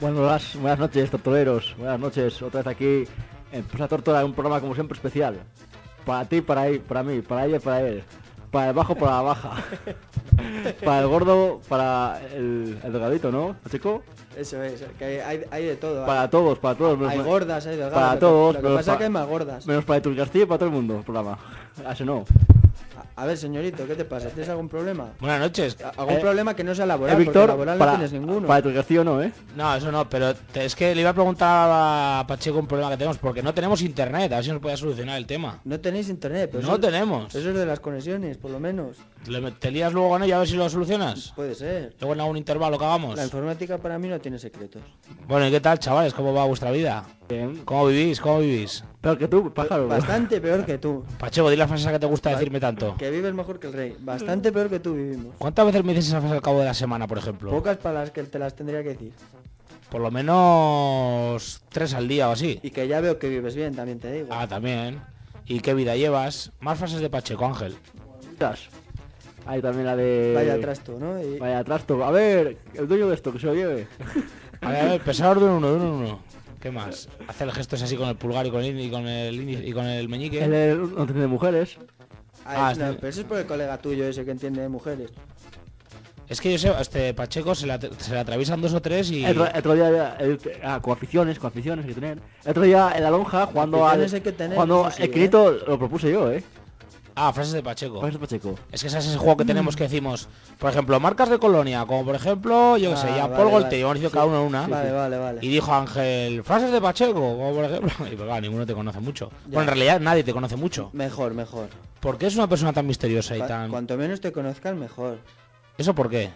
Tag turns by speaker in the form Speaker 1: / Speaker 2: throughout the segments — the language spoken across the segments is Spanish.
Speaker 1: Buenas, buenas, noches, tortoleros. Buenas noches, otra vez aquí en Pusa Tortora, un programa como siempre especial. Para ti, para él, para mí, para ella, para él. Para el bajo, para la baja. para el gordo, para el, el delgadito, ¿no, chico?
Speaker 2: Eso es, que hay, hay de todo.
Speaker 1: Para
Speaker 2: hay,
Speaker 1: todos, para todos.
Speaker 2: Hay menos, gordas, hay delgadas.
Speaker 1: Para todos.
Speaker 2: Lo que, lo que pasa es que hay más gordas.
Speaker 1: Menos para Itur Castillo y para todo el mundo el programa. Así no. Eh,
Speaker 2: A ver, señorito, ¿qué te pasa? ¿Tienes algún problema?
Speaker 3: Buenas noches.
Speaker 2: ¿Algún eh, problema que no sea laboral? Eh, Víctor, laboral
Speaker 1: para,
Speaker 2: no tienes ninguno.
Speaker 1: Para tu castillo no, ¿eh?
Speaker 3: No, eso no, pero es que le iba a preguntar a Pacheco un problema que tenemos, porque no tenemos internet, a ver si nos puede solucionar el tema.
Speaker 2: No tenéis internet, pero
Speaker 3: No eso, tenemos.
Speaker 2: Eso Pues es de las conexiones, por lo menos.
Speaker 3: ¿Te lías luego con ella a ver si lo solucionas?
Speaker 2: Puede ser.
Speaker 3: Luego en algún intervalo que hagamos.
Speaker 2: La informática para mí no tiene secretos.
Speaker 3: Bueno, ¿y qué tal, chavales? ¿Cómo va vuestra vida? Bien. ¿Cómo vivís? ¿Cómo vivís?
Speaker 1: Peor que tú, pájaro.
Speaker 2: Bastante peor que tú.
Speaker 3: Pacheco, di la frase que te gusta decirme tanto.
Speaker 2: Que vives mejor que el rey. Bastante peor que tú vivimos.
Speaker 3: ¿Cuántas veces me dices esa frase al cabo de la semana, por ejemplo?
Speaker 2: Pocas palabras que te las tendría que decir.
Speaker 3: Por lo menos tres al día o así.
Speaker 2: Y que ya veo que vives bien, también te digo.
Speaker 3: Ah, también. ¿Y qué vida llevas? Más frases de Pacheco Ángel.
Speaker 1: Hay también la de...
Speaker 3: eh,
Speaker 2: Vaya trasto, ¿no? Y...
Speaker 1: Vaya trasto. A ver, el dueño de esto, que se lo lleve.
Speaker 3: a ver, a ver, pesador de un uno, de un uno. ¿Qué más? Hacer gestos así con el pulgar y con el, y con el, y con el meñique.
Speaker 1: El, el no entiende de mujeres.
Speaker 2: Ah, ah es, no, este... pero eso es por el colega tuyo ese que entiende de mujeres.
Speaker 3: Es que yo sé, este Pacheco se la, se la atraviesan dos o tres y...
Speaker 1: El, otro día, el, ah, coaficiones, coaficiones hay que tener. El otro día en la lonja, jugando al...
Speaker 2: Hay que tener,
Speaker 1: cuando sí, el quinito eh. lo propuse yo, ¿eh?
Speaker 3: Ah, frases de Pacheco.
Speaker 2: Pues-
Speaker 1: Frases de Pacheco.
Speaker 3: Es que ese es ese juego que tenemos que decimos, por ejemplo, marcas de colonia, como por ejemplo, yo qué sé,
Speaker 2: Ah,
Speaker 3: ya
Speaker 2: vale,
Speaker 3: Paul
Speaker 2: vale.
Speaker 3: Golte, y hemos dicho cada uno una.
Speaker 2: Vale, vale, vale.
Speaker 3: Y dijo Ángel, frases de Pacheco, como por ejemplo. Y pues, va, ninguno te conoce mucho.
Speaker 2: Ya.
Speaker 3: Bueno, en realidad nadie te conoce mucho.
Speaker 2: Mejor, mejor.
Speaker 3: ¿Por qué es una persona tan misteriosa y
Speaker 2: Cua-
Speaker 3: tan.
Speaker 2: Cuanto menos te conozcan, mejor.
Speaker 3: ¿Eso por qué?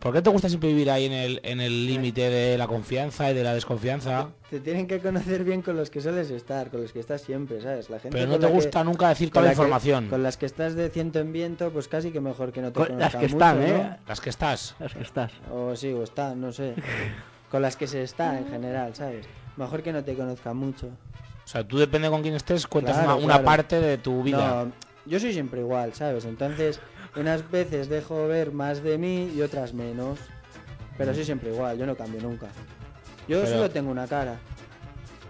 Speaker 3: ¿Por qué te gusta siempre vivir ahí en el en el límite de la confianza y de la desconfianza?
Speaker 2: Te tienen que conocer bien con los que sueles estar, con los que estás siempre, ¿sabes? La gente
Speaker 3: Pero no
Speaker 2: con
Speaker 3: te
Speaker 2: la que-
Speaker 3: gusta nunca decir toda la
Speaker 2: que-
Speaker 3: información.
Speaker 2: con las que estás de ciento en viento, pues casi que mejor que no te
Speaker 1: Con-
Speaker 2: conozcan
Speaker 1: las que
Speaker 2: mucho,
Speaker 1: están,
Speaker 2: ¿no?
Speaker 1: ¿eh?
Speaker 3: Las que estás.
Speaker 1: Las que estás.
Speaker 2: O sí, o están, no sé. con las que se está en general, ¿sabes? Mejor que no te conozcan mucho.
Speaker 3: O sea, tú depende con quién estés, cuentas
Speaker 2: Claro,
Speaker 3: una, una
Speaker 2: claro.
Speaker 3: parte de tu vida.
Speaker 2: No, yo soy siempre igual, ¿sabes? Entonces, unas veces dejo ver más de mí y otras menos. Pero soy siempre igual, yo no cambio nunca. Yo
Speaker 3: Pero-
Speaker 2: solo tengo una cara.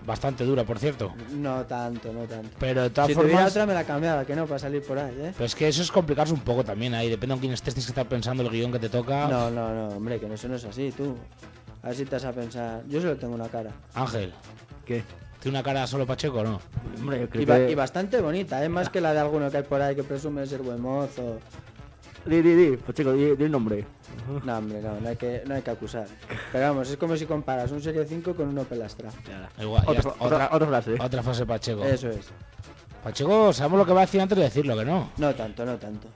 Speaker 3: Bastante dura, por cierto.
Speaker 2: No tanto, no tanto.
Speaker 3: Pero de todas
Speaker 2: Si tuviera
Speaker 3: formas.
Speaker 2: otra me la cambiaba, que no, para salir por ahí, ¿eh?
Speaker 3: Pero es que eso es complicarse un poco también ahí. Depende con quién estés, tienes que estar pensando el guión que te toca.
Speaker 2: No, no, no, hombre, que no, eso no es así, tú. A ver si te vas a pensar. Yo solo tengo una cara.
Speaker 3: Ángel,
Speaker 1: ¿Qué?
Speaker 3: ¿tiene una cara solo Pacheco o no?
Speaker 1: Hombre, yo creo
Speaker 2: Y, ba-
Speaker 1: que-
Speaker 2: y bastante bonita, ¿eh? Más que la de alguno que hay por ahí que presume ser buen mozo.
Speaker 1: Di, di, di, Pacheco, di, di el nombre.
Speaker 2: No, hombre, no, no hay que, no hay que acusar. Pero vamos, es como si comparas un serie 5 con uno pelastra.
Speaker 3: Igual, ya
Speaker 1: Otra,
Speaker 3: está.
Speaker 1: otra, otra frase.
Speaker 3: otra frase Pacheco.
Speaker 2: Eso es.
Speaker 3: Pacheco, sabemos lo que va a decir antes de decirlo, que no.
Speaker 2: No tanto, no tanto.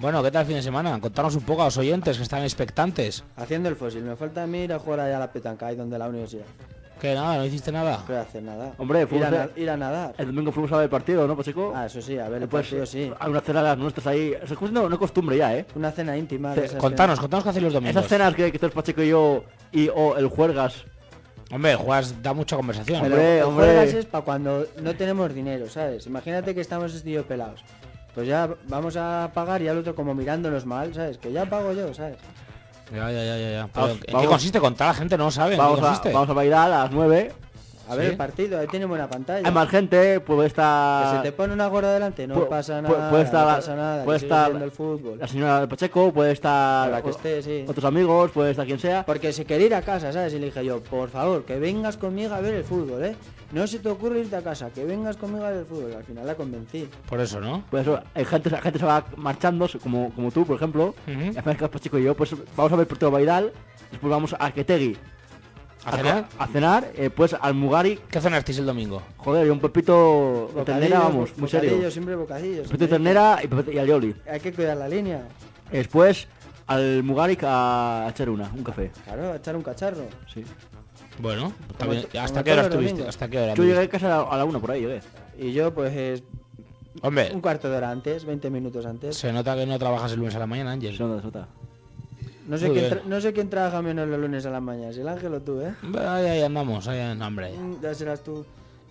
Speaker 3: Bueno, ¿qué tal el fin de semana? Contanos un poco a los oyentes que están expectantes.
Speaker 2: Haciendo el fósil, me falta a mí ir a jugar allá a la petanca, ahí donde la universidad.
Speaker 3: Que nada, no hiciste nada.
Speaker 2: No puedo hacer nada.
Speaker 1: Hombre,
Speaker 2: ir a,
Speaker 1: fuimos
Speaker 2: na-
Speaker 1: a-
Speaker 2: ir a nadar.
Speaker 1: El domingo fuimos a ver el partido, ¿no, Pacheco?
Speaker 2: Ah, eso sí, a ver, el
Speaker 1: Pues,
Speaker 2: partido sí.
Speaker 1: Hay unas cenadas nuestras ahí. Eso es una, una costumbre ya, ¿eh?
Speaker 2: Una cena íntima.
Speaker 1: Ce-
Speaker 2: de esas que-
Speaker 3: Contanos, contanos qué hacéis los domingos.
Speaker 1: Esas cenas que, que todos Pacheco y yo y o el juergas.
Speaker 3: Hombre, juegas, da mucha conversación.
Speaker 2: Pero
Speaker 1: Hombre,
Speaker 2: el
Speaker 1: hombre.
Speaker 2: juegas es para cuando no tenemos dinero, ¿sabes? Imagínate que estamos estillo pelados. Pues ya vamos a pagar y al otro como mirándonos mal, ¿sabes? Que ya pago yo, ¿sabes?
Speaker 3: Ya, ya, ya, ya, ya. Pero,
Speaker 1: Vamos,
Speaker 3: ¿En qué
Speaker 1: vamos.
Speaker 3: consiste? Contar a la gente, no lo sabe. ¿en qué
Speaker 1: Vamos a,
Speaker 3: consiste?
Speaker 1: vamos a bailar a las 9.
Speaker 2: A ver
Speaker 3: ¿Sí?
Speaker 2: el partido, ahí tenemos una pantalla.
Speaker 1: Hay más gente, puede
Speaker 2: Que
Speaker 1: estar
Speaker 2: se te pone una gorda delante, no
Speaker 1: Pu-
Speaker 2: pasa
Speaker 1: pu-
Speaker 2: nada,
Speaker 1: puede estar
Speaker 2: no
Speaker 1: la-
Speaker 2: pasa nada,
Speaker 1: puede
Speaker 2: que sigues
Speaker 1: estar
Speaker 2: viendo el fútbol.
Speaker 1: la señora de Pacheco, puede estar
Speaker 2: La que
Speaker 1: o-
Speaker 2: esté, sí.
Speaker 1: otros amigos, puede estar quien sea.
Speaker 2: Porque se quería ir a casa, ¿sabes? Y le dije yo, por favor, que vengas conmigo a ver el fútbol, ¿eh? No se te ocurre irte a casa, que vengas conmigo a ver el fútbol. Al final la convencí.
Speaker 3: Por eso, ¿no?
Speaker 1: Pues eso, hay gente, la gente se va marchando, como, como tú, por ejemplo.
Speaker 3: Ujú.
Speaker 1: Y al final, claro, Pacheco y yo, pues vamos a ver el partido bailar, después vamos a Arquetegui
Speaker 3: ¿A cenar?
Speaker 1: A cenar, eh, pues al Mugari,
Speaker 3: ¿Qué cenasteis el domingo?
Speaker 1: joder, y un pepito de ternera, vamos, muy serio.
Speaker 2: bocadillos, siempre bocadillos.
Speaker 1: Pepito de
Speaker 2: hombre.
Speaker 1: ternera y, pepito- y alioli.
Speaker 2: Hay que cuidar la línea.
Speaker 1: Después al Mugari a echar una, un café.
Speaker 2: Claro, a echar un cacharro.
Speaker 1: Sí.
Speaker 3: Bueno,
Speaker 1: Pues
Speaker 3: también-
Speaker 2: to-
Speaker 3: ¿hasta
Speaker 2: como
Speaker 3: qué
Speaker 2: todos
Speaker 3: hora
Speaker 2: los
Speaker 3: estuviste?
Speaker 2: domingos.
Speaker 3: ¿Hasta qué hora?
Speaker 1: Yo llegué a casa a la, a la una por ahí, llegué.
Speaker 2: Y yo, pues,
Speaker 3: Hombre,
Speaker 2: un cuarto de hora antes, 20 minutos antes.
Speaker 3: se nota que no trabajas el lunes a la mañana, Ángel.
Speaker 1: Se nota, se nota.
Speaker 2: No sé,
Speaker 3: Muy
Speaker 2: quién
Speaker 3: bien.
Speaker 2: tra- no sé quién trabaja menos los lunes a la mañana, si el ángel o tú, ¿eh?
Speaker 3: Bueno, Ahí, ahí andamos, ahí andamos, hombre.
Speaker 2: Mm, Ya serás tú.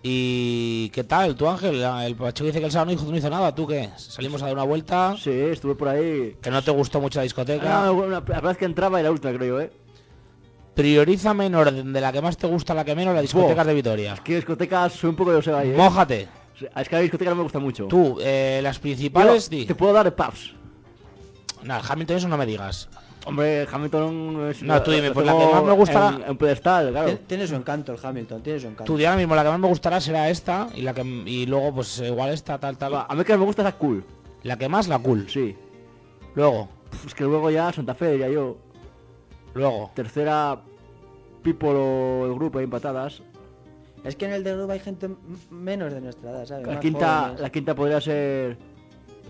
Speaker 3: ¿Y qué tal tú, Ángel? El Pacheco dice que el sábado no hizo, no hizo nada. ¿Tú qué? Salimos a dar una vuelta.
Speaker 1: Sí, estuve por ahí.
Speaker 3: Que no te gustó mucho la discoteca.
Speaker 1: Ah, bueno, la verdad es que entraba y la ultra, creo yo, ¿eh?
Speaker 3: Priorízame en orden de la que más te gusta a la que menos las discotecas de Vitoria.
Speaker 1: Que discotecas soy un poco de Joseba ahí, ¿eh?
Speaker 3: Mójate.
Speaker 1: Es que la discoteca no me gusta mucho.
Speaker 3: Tú, eh, las
Speaker 1: Yo
Speaker 3: principales, di.
Speaker 1: Te puedo dar pubs.
Speaker 3: Nah, el Hamilton eso no me digas.
Speaker 1: Hombre, Hamilton es...
Speaker 3: No, tú dime,
Speaker 1: lo
Speaker 3: pues la
Speaker 1: tengo
Speaker 3: que más me gusta-
Speaker 1: En, en pedestal, claro.
Speaker 2: Tien- Tiene su encanto el Hamilton, tiene su encanto.
Speaker 3: Tú di ahora mismo, la que más me gustará será esta y la que y luego pues igual esta, tal, tal.
Speaker 1: Va, A mí que me gusta es la cool,
Speaker 3: La que más la cool.
Speaker 1: sí.
Speaker 3: Luego,
Speaker 1: Es que luego ya Santa Fe, ya yo.
Speaker 3: luego.
Speaker 1: Tercera, People o el grupo ahí empatadas.
Speaker 2: Es que en el de Grupo hay gente m- menos de nuestra edad, ¿sabes?
Speaker 1: La
Speaker 2: Más
Speaker 1: quinta,
Speaker 2: jóvenes.
Speaker 1: la quinta podría ser...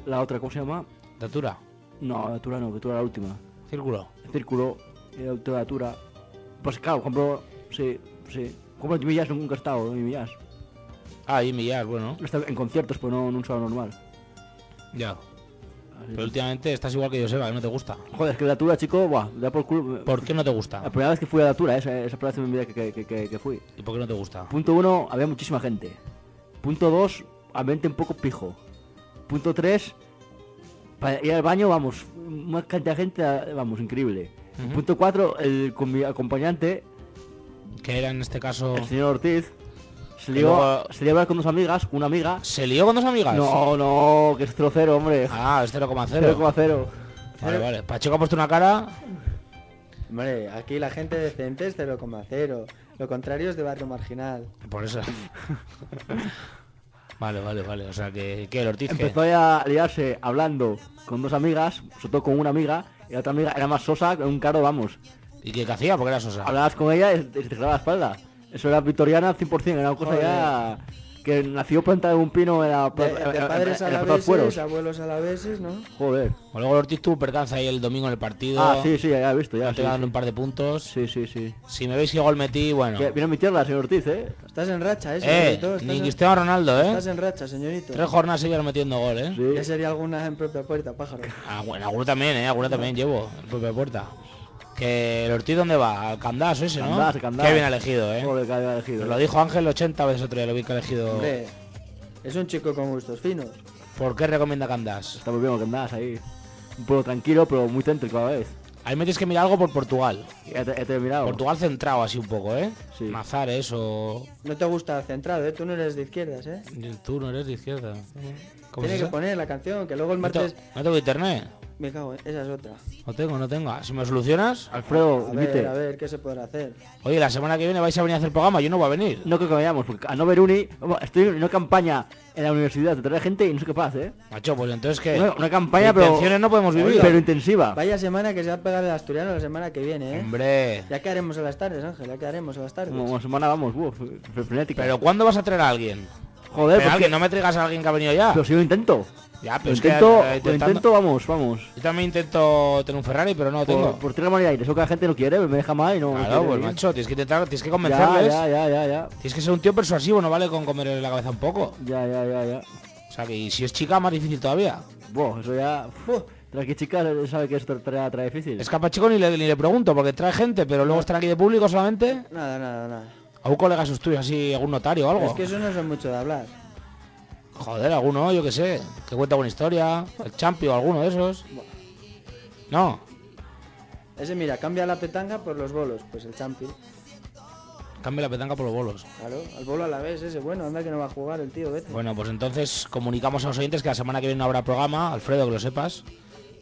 Speaker 1: La otra, ¿cómo se llama?
Speaker 3: Datura.
Speaker 1: No, la Tura no, que Tura era la última.
Speaker 3: Círculo.
Speaker 1: El círculo, y la otra Tura. Pues claro, compro... Sí, sí. Compro Jimmy Jazz, nunca he estado en Jimmy Jazz.
Speaker 3: Ah, y Millar, bueno.
Speaker 1: No está- En conciertos, pues no en un salón normal.
Speaker 3: Ya.
Speaker 1: Así
Speaker 3: Pero
Speaker 1: que-
Speaker 3: últimamente estás igual que Joseba, que no te gusta.
Speaker 1: Joder, es que la Tura, chico, buah, da por culo.
Speaker 3: ¿Por qué no te
Speaker 1: La
Speaker 3: gusta?
Speaker 1: primera vez que fui a la Tura, esa, esa primera vez en mi vida que, que- que- que fui.
Speaker 3: ¿Y por qué no te gusta?
Speaker 1: Punto uno, había muchísima gente. Punto dos, ambiente un poco pijo. Punto tres, para ir al baño, vamos, una cantidad de gente, vamos, increíble.
Speaker 3: Ujú.
Speaker 1: Punto cuatro, el con mi acompañante,
Speaker 3: Que era en este caso.
Speaker 1: el señor Ortiz, se
Speaker 3: Y
Speaker 1: lió,
Speaker 3: luego-
Speaker 1: se lió a hablar con dos amigas, una amiga.
Speaker 3: ¿Se lió con dos amigas?
Speaker 1: No, no, que es trocero, hombre.
Speaker 3: Ah, es 0,0.
Speaker 1: 0,0.
Speaker 3: Vale, vale. Pacheco ha puesto una cara.
Speaker 2: Hombre, aquí la gente decente es 0,0. Lo contrario es de barrio marginal.
Speaker 3: Por eso. Vale, vale, vale. O sea, que, que el Ortiz. qué?
Speaker 1: Empezó ya a liarse hablando con dos amigas, sobre todo con una amiga, y la otra amiga era más sosa, que un caro, vamos.
Speaker 3: ¿Y qué qué hacía? Porque era sosa.
Speaker 2: Ah.
Speaker 1: Hablabas con ella y te giraba la espalda. Eso era victoriana al 100%, era una cosa ya que nació planta de un pino en la
Speaker 2: De, de
Speaker 3: eh,
Speaker 2: padres
Speaker 1: en la- en los fueros.
Speaker 2: alaveses, abuelos alaveses, ¿no?
Speaker 1: Joder.
Speaker 3: O luego el Ortiz tuvo percance ahí el domingo en el partido.
Speaker 1: Ah, sí, sí, ya he visto, ya.
Speaker 3: Te
Speaker 1: Sí,
Speaker 3: dando un par de puntos.
Speaker 1: sí, sí. sí.
Speaker 3: Si me veis que gol metí, bueno.
Speaker 1: Que Vino mi tierra, señor Ortiz, ¿eh?
Speaker 2: Estás en racha, ¿eh,
Speaker 3: eh,
Speaker 2: señorito? Estás
Speaker 3: ni
Speaker 2: en-
Speaker 3: Cristiano Ronaldo, ¿eh?
Speaker 2: Estás en racha, señorito.
Speaker 3: Tres jornadas seguidas metiendo gol, ¿eh?
Speaker 1: Sí.
Speaker 2: Ya sería alguna en propia puerta, pájaro.
Speaker 3: Ah, bueno, alguno también, ¿eh? Alguno también llevo, en propia puerta. Que el Ortiz, ¿dónde va? Al Candás ese, ¿no?
Speaker 1: Candás, Candás.
Speaker 3: Qué bien elegido, ¿eh?
Speaker 1: Joder, que había elegido.
Speaker 3: Nos lo dijo Ángel 80 veces otro día, lo vi que ha elegido.
Speaker 2: Hombre, es un chico con gustos finos.
Speaker 3: ¿Por qué recomienda Candás?
Speaker 1: Está muy bien lo que andabas ahí. Un pueblo tranquilo, pero muy céntrico a la vez.
Speaker 3: Ahí me tienes que mirar algo por Portugal.
Speaker 1: Ya te, ya te he mirado.
Speaker 3: Portugal centrado así un poco, ¿eh?
Speaker 1: Sí.
Speaker 3: Mazares o...
Speaker 2: No te gusta centrado, ¿eh? Tú no eres de izquierdas, ¿eh?
Speaker 3: Tú no eres de izquierda. ¿Cómo
Speaker 2: Tiene
Speaker 3: es
Speaker 2: que
Speaker 3: eso?
Speaker 2: poner la canción, que luego el
Speaker 3: ¿No, te-
Speaker 2: martes...
Speaker 3: no tengo internet?
Speaker 2: Me cago, en- esa es otra.
Speaker 3: No tengo, no tengo. Ah, Si me solucionas...
Speaker 1: Alfredo,
Speaker 2: A
Speaker 1: dimite.
Speaker 2: ver, a ver, ¿qué se podrá hacer?
Speaker 3: Oye, la semana que viene vais a venir a hacer programa, yo no voy a venir.
Speaker 1: No creo que vayamos, porque a no ver uni, vamos, estoy en una campaña en la universidad de traer gente y no sé qué pasa, ¿eh?
Speaker 3: Macho, pues entonces que...
Speaker 1: Una, una campaña, pero...
Speaker 3: Intenciones no podemos vivir.
Speaker 1: Pero
Speaker 3: Ah.
Speaker 1: intensiva.
Speaker 2: Vaya semana que se va a pegar el asturiano la semana que viene,
Speaker 3: Em.
Speaker 2: ¿eh?
Speaker 3: Hombre...
Speaker 2: Ya quedaremos a las tardes, Ángel, ya quedaremos a las tardes.
Speaker 1: Como una semana vamos, buah, fre- fre- frenética.
Speaker 3: Pero ¿cuándo vas a traer a alguien?
Speaker 1: Joder, porque-
Speaker 3: Pero alguien, no me traigas a alguien que ha venido ya.
Speaker 1: pero si lo intento.
Speaker 3: ya,
Speaker 1: Lo
Speaker 3: pero es que,
Speaker 1: intento,
Speaker 3: eh,
Speaker 1: lo
Speaker 3: intentando-
Speaker 1: intento, Pues, vamos, vamos.
Speaker 3: Yo también intento tener un Ferrari, pero no lo tengo.
Speaker 1: Por, por tierra, mar y aire. Eso que la gente no quiere, me deja mal y no... no
Speaker 3: claro,
Speaker 1: quiere
Speaker 3: pues
Speaker 1: venir.
Speaker 3: macho, tienes que intentar, tienes que
Speaker 1: ya,
Speaker 3: convencerles.
Speaker 1: ya, ya, ya, ya.
Speaker 3: Tienes que ser un tío persuasivo, no vale con comerle la cabeza un poco.
Speaker 1: Ya, ya, ya, ya.
Speaker 3: O sea que y si es chica, más difícil todavía.
Speaker 1: Buah, eso ya... Buah, tras que chicas sabe que es tra- tarea tarea difícil.
Speaker 3: Escapa chico ni le, ni le pregunto, porque trae gente, pero luego están aquí de público solamente.
Speaker 2: Nada, nada, nada.
Speaker 3: A un colega sus tuyos, así, algún notario o algo.
Speaker 2: Es que eso no son mucho de hablar.
Speaker 3: Joder, alguno, yo qué sé. Que cuenta alguna historia. El champi o alguno de esos. No,
Speaker 2: Ese, mira, cambia la petanga por los bolos, pues el champi.
Speaker 3: cambia la petanca por los bolos.
Speaker 2: Claro, al bolo a la vez ese, bueno, anda que no va a jugar el tío, vete.
Speaker 3: Bueno, pues entonces comunicamos a los oyentes que la semana que viene no habrá programa, Alfredo, que lo sepas,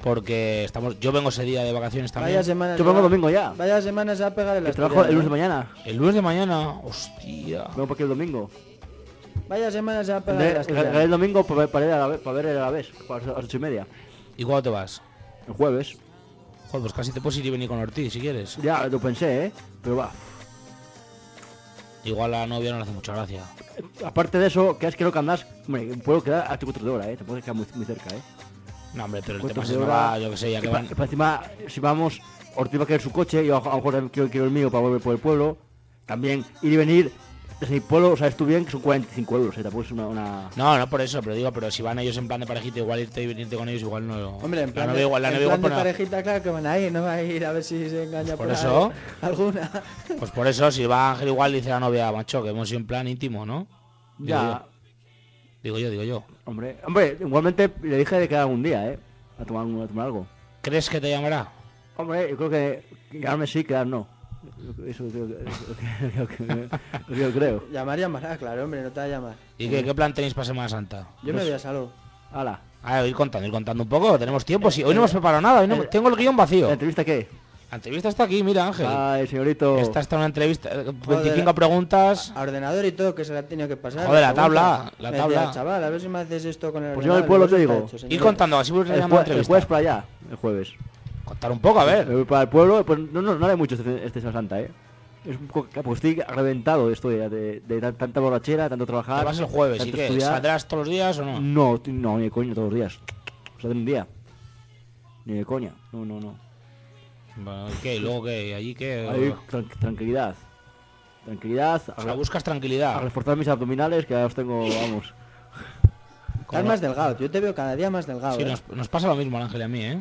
Speaker 3: porque estamos, yo vengo ese día de vacaciones también.
Speaker 2: Vaya semana.
Speaker 1: Yo
Speaker 2: se
Speaker 1: vengo
Speaker 2: va-
Speaker 1: domingo ya.
Speaker 2: Vaya semana se va a pegar el
Speaker 1: Que trabajo el
Speaker 2: asturiano,
Speaker 1: lunes de mañana.
Speaker 3: El lunes de mañana, hostia.
Speaker 1: Vengo porque el domingo.
Speaker 2: ¿eh? Vaya semana se va a pegar
Speaker 1: Tendré-
Speaker 2: el asturiano.
Speaker 1: Llegaré el domingo para ver, para ir a la vez, para ver a la vez, a las ocho y media.
Speaker 3: ¿Y cuándo te vas?
Speaker 1: El jueves.
Speaker 3: Joder, pues casi te puedes ir y venir con Ortiz si quieres.
Speaker 1: Ya lo pensé, ¿eh? Pero va.
Speaker 3: Igual a la novia no le hace mucha gracia.
Speaker 1: Aparte de eso, que es que lo que andás, hombre, puedo quedar a tu cuatro de hora, ¿eh? Te puedes quedar muy, muy cerca, ¿eh?
Speaker 3: No, hombre, pero el
Speaker 1: Cuatro
Speaker 3: tema
Speaker 2: pues
Speaker 3: es
Speaker 1: de
Speaker 3: que no
Speaker 1: hora.
Speaker 3: va, yo que sé, ya
Speaker 1: Y
Speaker 3: que
Speaker 1: pa-
Speaker 3: van.
Speaker 1: y para encima, si vamos, Ortiz va a querer su coche, yo a a lo mejor quiero, quiero el mío para volver por el pueblo. También ir y venir desde mi pueblo, sabes tú bien que son 45 euros, ¿eh? Tampoco es una... una...
Speaker 3: No, no por eso, pero digo, pero si van ellos en plan de parejita, igual irte y venirte con ellos, igual no.
Speaker 2: Hombre, en plan,
Speaker 3: la
Speaker 2: de,
Speaker 3: novia igual, la
Speaker 2: en
Speaker 3: novia
Speaker 2: plan
Speaker 3: igual
Speaker 2: de
Speaker 3: pone-
Speaker 2: parejita, claro que van a ir, no va a ir a ver si se engaña
Speaker 3: Por
Speaker 2: ahí
Speaker 3: eso.
Speaker 2: alguna.
Speaker 3: Pues por eso, si va Ángel igual dice la novia, macho, que hemos ido en plan íntimo, ¿no? Digo
Speaker 1: Ya,
Speaker 3: yo, Digo yo, digo yo.
Speaker 1: hombre, hombre, igualmente le dije de quedar algún día, ¿eh? A tomar, un- a tomar algo.
Speaker 3: ¿Crees que te llamará?
Speaker 1: Hombre, yo creo que quedarme sí, quedar no. Eso creo que, creo que, lo que yo creo.
Speaker 2: Llamar llamará, claro, hombre, no te va a llamar.
Speaker 3: ¿Y qué, qué plan tenéis para Semana Santa?
Speaker 2: Yo me voy a salud.
Speaker 1: Hala.
Speaker 3: A ver, ir contando, ir contando un poco, tenemos tiempo. Sí, hoy no hemos preparado nada, hoy no- tengo el guión vacío.
Speaker 1: ¿La entrevista qué?
Speaker 3: La entrevista está aquí, mira Ángel.
Speaker 1: Ay, señorito.
Speaker 3: Esta está una entrevista, eh, 25
Speaker 2: Joder. Ah,
Speaker 3: preguntas.
Speaker 2: A ordenador y todo, que se la ha tenido que pasar.
Speaker 3: Joder, la
Speaker 2: pregunta.
Speaker 3: tabla, la
Speaker 2: Me decía,
Speaker 3: tabla.
Speaker 2: chaval, a ver si me haces esto con el
Speaker 1: Pues yo del pueblo
Speaker 2: ordenador, luego
Speaker 1: te
Speaker 2: está
Speaker 1: digo.
Speaker 2: hecho,
Speaker 3: Ir
Speaker 2: señor.
Speaker 3: contando, así voy
Speaker 1: el,
Speaker 3: rellenando la
Speaker 1: jue- el jueves
Speaker 3: entrevista.
Speaker 1: para allá, el jueves.
Speaker 3: Contar un poco, a
Speaker 1: Me
Speaker 3: ver.
Speaker 1: voy para el pueblo, pues no, no, no haré mucho este, este Semana Santa, ¿eh? Es un poco, porque estoy reventado estoy ya de, de tan- tanta borrachera, tanto
Speaker 3: Te
Speaker 1: trabajar.
Speaker 3: vas el jueves, ¿y
Speaker 1: tanto
Speaker 3: qué?
Speaker 1: estudiar. Mm.
Speaker 3: ¿Saldrás todos los días o no?
Speaker 1: No, t- no, ni de coña todos los días. O sea, de un día. Ni de coña. No, no, no.
Speaker 3: Bueno, ¿y qué? ¿Y luego qué? ¿Allí qué?
Speaker 1: Ahí, tran- tranquilidad. Tranquilidad.
Speaker 3: O sea,
Speaker 1: a-
Speaker 3: buscas
Speaker 1: A
Speaker 3: tranquilidad.
Speaker 1: reforzar mis abdominales, que ahora los tengo, vamos.
Speaker 2: Estás más delgado, yo te veo cada día más delgado.
Speaker 3: Sí,
Speaker 2: ¿eh?
Speaker 3: nos, nos pasa lo mismo al Ángel y a mí, ¿eh?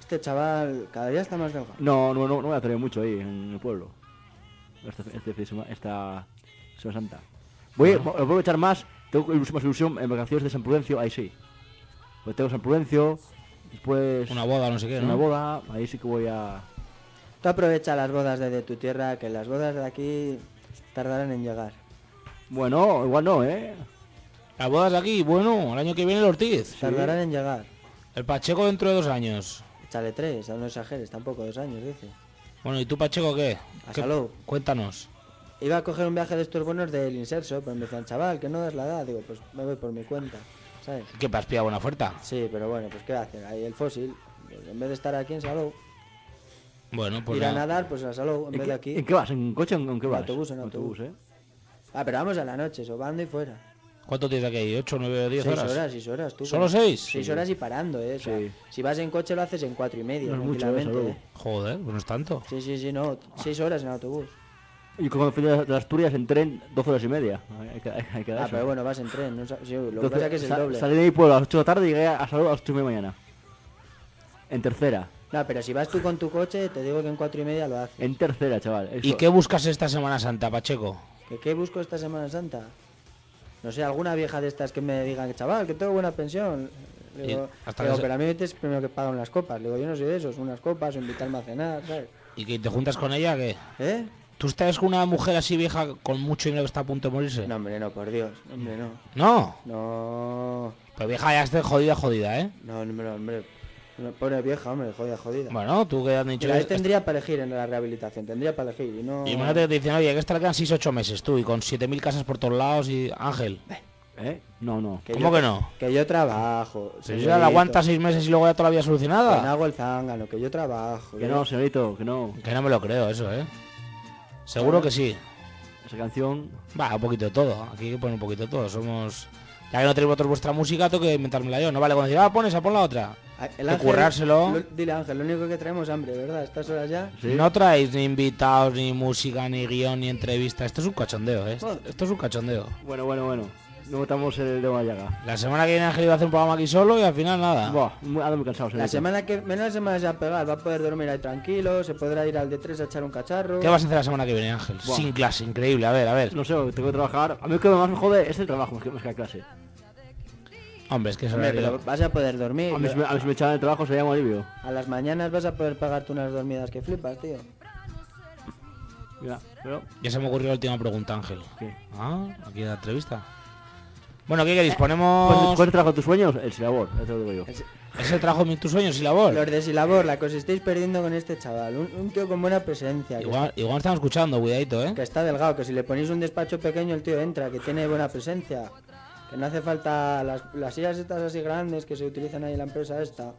Speaker 2: Este chaval cada día está más delgado.
Speaker 1: No, no, no, no voy a hacer mucho ahí en el pueblo. Esta, este- este sema- esta Semana Santa. Voy, voy a aprovechar más, tengo ilus- más ilusión en vacaciones de San Prudencio, ahí sí. Pues tengo San Prudencio, después
Speaker 3: Una boda, no sé qué, ¿no?
Speaker 1: una boda, ahí sí que voy a...
Speaker 2: Tú aprovecha las bodas de, de tu tierra, que las bodas de aquí tardarán en llegar.
Speaker 1: Bueno, igual no, ¿eh?
Speaker 3: Las bodas de aquí, bueno, el año que viene el Ortiz.
Speaker 2: Tardarán en llegar.
Speaker 3: El Pacheco dentro de dos años.
Speaker 2: Échale tres, no exageres, tampoco dos años, dice.
Speaker 3: Bueno, ¿y tú Pacheco qué?
Speaker 2: A
Speaker 3: ¿Qué-
Speaker 2: salud.
Speaker 3: Cuéntanos.
Speaker 2: Iba a coger un viaje de estos buenos del inserso, pero me decían, chaval, que no das la edad. Digo, pues me voy por mi cuenta, ¿sabes?
Speaker 3: Que para espiar buena oferta.
Speaker 2: Sí, pero bueno, pues ¿qué hacen? Ahí el fósil, pues, en vez de estar aquí en Salou,
Speaker 3: Bueno, pues
Speaker 2: ir a
Speaker 3: nada.
Speaker 2: nadar, pues a Salou, en
Speaker 1: ¿En
Speaker 2: vez
Speaker 1: qué,
Speaker 2: de aquí.
Speaker 1: en qué vas? ¿En coche o en, en qué vas?
Speaker 2: autobús, en autobús.
Speaker 1: ¿eh?
Speaker 2: Ah, pero vamos a la noche, sobando y fuera.
Speaker 3: ¿Cuánto tienes aquí? ¿8, 9, 10
Speaker 2: Seis
Speaker 3: horas?
Speaker 2: horas, seis horas, tú.
Speaker 3: ¿Solo
Speaker 2: con-
Speaker 3: seis?
Speaker 2: Seis
Speaker 3: Sí.
Speaker 2: horas y parando, ¿eh? O sea,
Speaker 1: Sí.
Speaker 2: Si vas en coche lo haces en cuatro y medio,
Speaker 1: No es mucho,
Speaker 2: tranquilamente.
Speaker 1: desde
Speaker 2: ¿eh?
Speaker 3: Joder, pues no es tanto.
Speaker 2: Sí, sí, sí, no. Seis horas en autobús.
Speaker 1: Y cuando fui de de Asturias en tren, 12 horas y media. Hay que, hay que- hay que dar
Speaker 2: Ah,
Speaker 1: eso.
Speaker 2: pero bueno, vas en tren. no sa- sí, lo que
Speaker 1: Entonces,
Speaker 2: pasa es que es el
Speaker 1: sa-
Speaker 2: doble.
Speaker 1: Salí de mi pueblo a las 8 de la tarde y llegué a Salud a las 8 y media de la mañana. En tercera.
Speaker 2: No, pero si vas tú con tu coche, te digo que en cuatro y media lo haces.
Speaker 1: En tercera, chaval.
Speaker 3: ¿Y
Speaker 1: Eso-
Speaker 3: qué buscas esta Semana Santa, Pacheco?
Speaker 2: ¿Que ¿Qué busco esta Semana Santa? No sé, alguna vieja de estas que me digan, chaval, que tengo buena pensión. Le
Speaker 3: Y
Speaker 2: Digo,
Speaker 3: hasta
Speaker 2: digo,
Speaker 3: que se-
Speaker 2: pero a mí me dices primero que pagan las copas. Le digo, yo no soy de esos, unas copas, o invitarme a cenar, ¿sabes?
Speaker 3: ¿Y que te juntas con ella? ¿Qué?
Speaker 2: ¿Eh?
Speaker 3: ¿Tú estás con una mujer así vieja con mucho dinero que está a punto de morirse?
Speaker 2: No, hombre, no, por Dios. Hombre, no.
Speaker 3: No.
Speaker 2: No.
Speaker 3: Pues vieja ya esté jodida, jodida, ¿eh?
Speaker 2: No, hombre, hombre. No, Pobre vieja, hombre, jodida, jodida.
Speaker 3: Bueno, tú que han dicho...
Speaker 2: Mira,
Speaker 3: que-
Speaker 2: ahí tendría para elegir en la rehabilitación, tendría para elegir y no...
Speaker 3: Y imagínate que te dicen, oye, que esta le quedan 6-8 meses tú y con 7.000 casas por todos lados y Ángel.
Speaker 1: ¿Eh? No, no.
Speaker 2: Que
Speaker 3: ¿Cómo
Speaker 2: yo-
Speaker 3: que no?
Speaker 2: Que yo trabajo.
Speaker 3: Si pues ya la aguanta 6 meses y luego ya toda la vida
Speaker 2: Que no
Speaker 3: solucionada.
Speaker 2: hago el zángano, que yo trabajo.
Speaker 1: Que
Speaker 2: yo-
Speaker 1: no, señorito, que no.
Speaker 3: Que no me lo creo eso, ¿eh? Seguro que sí.
Speaker 1: Esa canción.
Speaker 3: Va, un poquito de todo. Aquí hay que poner un poquito de todo. Somos... Ya que no tenéis vosotros vuestra música, tengo que inventármela yo. No vale cuando decir, ah, pon esa, pon la otra.
Speaker 2: A- El
Speaker 3: que currárselo.
Speaker 2: lo- dile Ángel, lo único que traemos es hambre, ¿verdad? Estas horas ya...
Speaker 1: Sí.
Speaker 3: No traéis ni invitados, ni música, ni guión, ni entrevista. Esto es un cachondeo, ¿eh?
Speaker 2: Bueno.
Speaker 3: Esto es un cachondeo.
Speaker 1: Bueno, bueno, bueno. No botamos el dedo a la llaga.
Speaker 3: La semana que viene Ángel iba a hacer un programa aquí solo y al final nada.
Speaker 1: Buah, muy- ahora muy cansado, señorito.
Speaker 2: La semana que... Menos semana se va a pegar, va a poder dormir ahí tranquilo, se podrá ir al de tres a echar un cacharro...
Speaker 3: ¿Qué vas a hacer la semana que viene, Ángel?
Speaker 1: Buah.
Speaker 3: Sin clase, increíble. A ver, a ver.
Speaker 1: No sé, tengo que trabajar. A mí lo que más me jode es el trabajo, más que, más que la clase.
Speaker 3: Hombre, es que es
Speaker 2: Hombre,
Speaker 3: horario-
Speaker 2: pero vas a poder dormir.
Speaker 1: A mí, si me- a mí si me echaban el trabajo sería un alivio.
Speaker 2: A las mañanas vas a poder pagarte unas dormidas que flipas, tío.
Speaker 1: Mira, pero...
Speaker 3: Ya se me ocurrió la última pregunta, Ángel.
Speaker 1: ¿Qué?
Speaker 3: Ah, aquí en la entrevista. Bueno, ¿qué queréis?
Speaker 1: ¿Cuál,
Speaker 3: Ponemos...
Speaker 1: cuál es Pues el trabajo de tus sueños? El sabor, ya te lo digo yo.
Speaker 2: Es-
Speaker 3: ¿Es el trabajo de tus sueños y labor?
Speaker 2: Los de Silabor, la que os estáis perdiendo con este chaval. Un, un tío con buena presencia. Que,
Speaker 3: Igual, igual estamos escuchando, cuidadito, ¿eh?
Speaker 2: que está delgado, que si le ponéis un despacho pequeño el tío entra, que tiene buena presencia. Que no hace falta las, las sillas estas así grandes que se utilizan ahí en la empresa esta.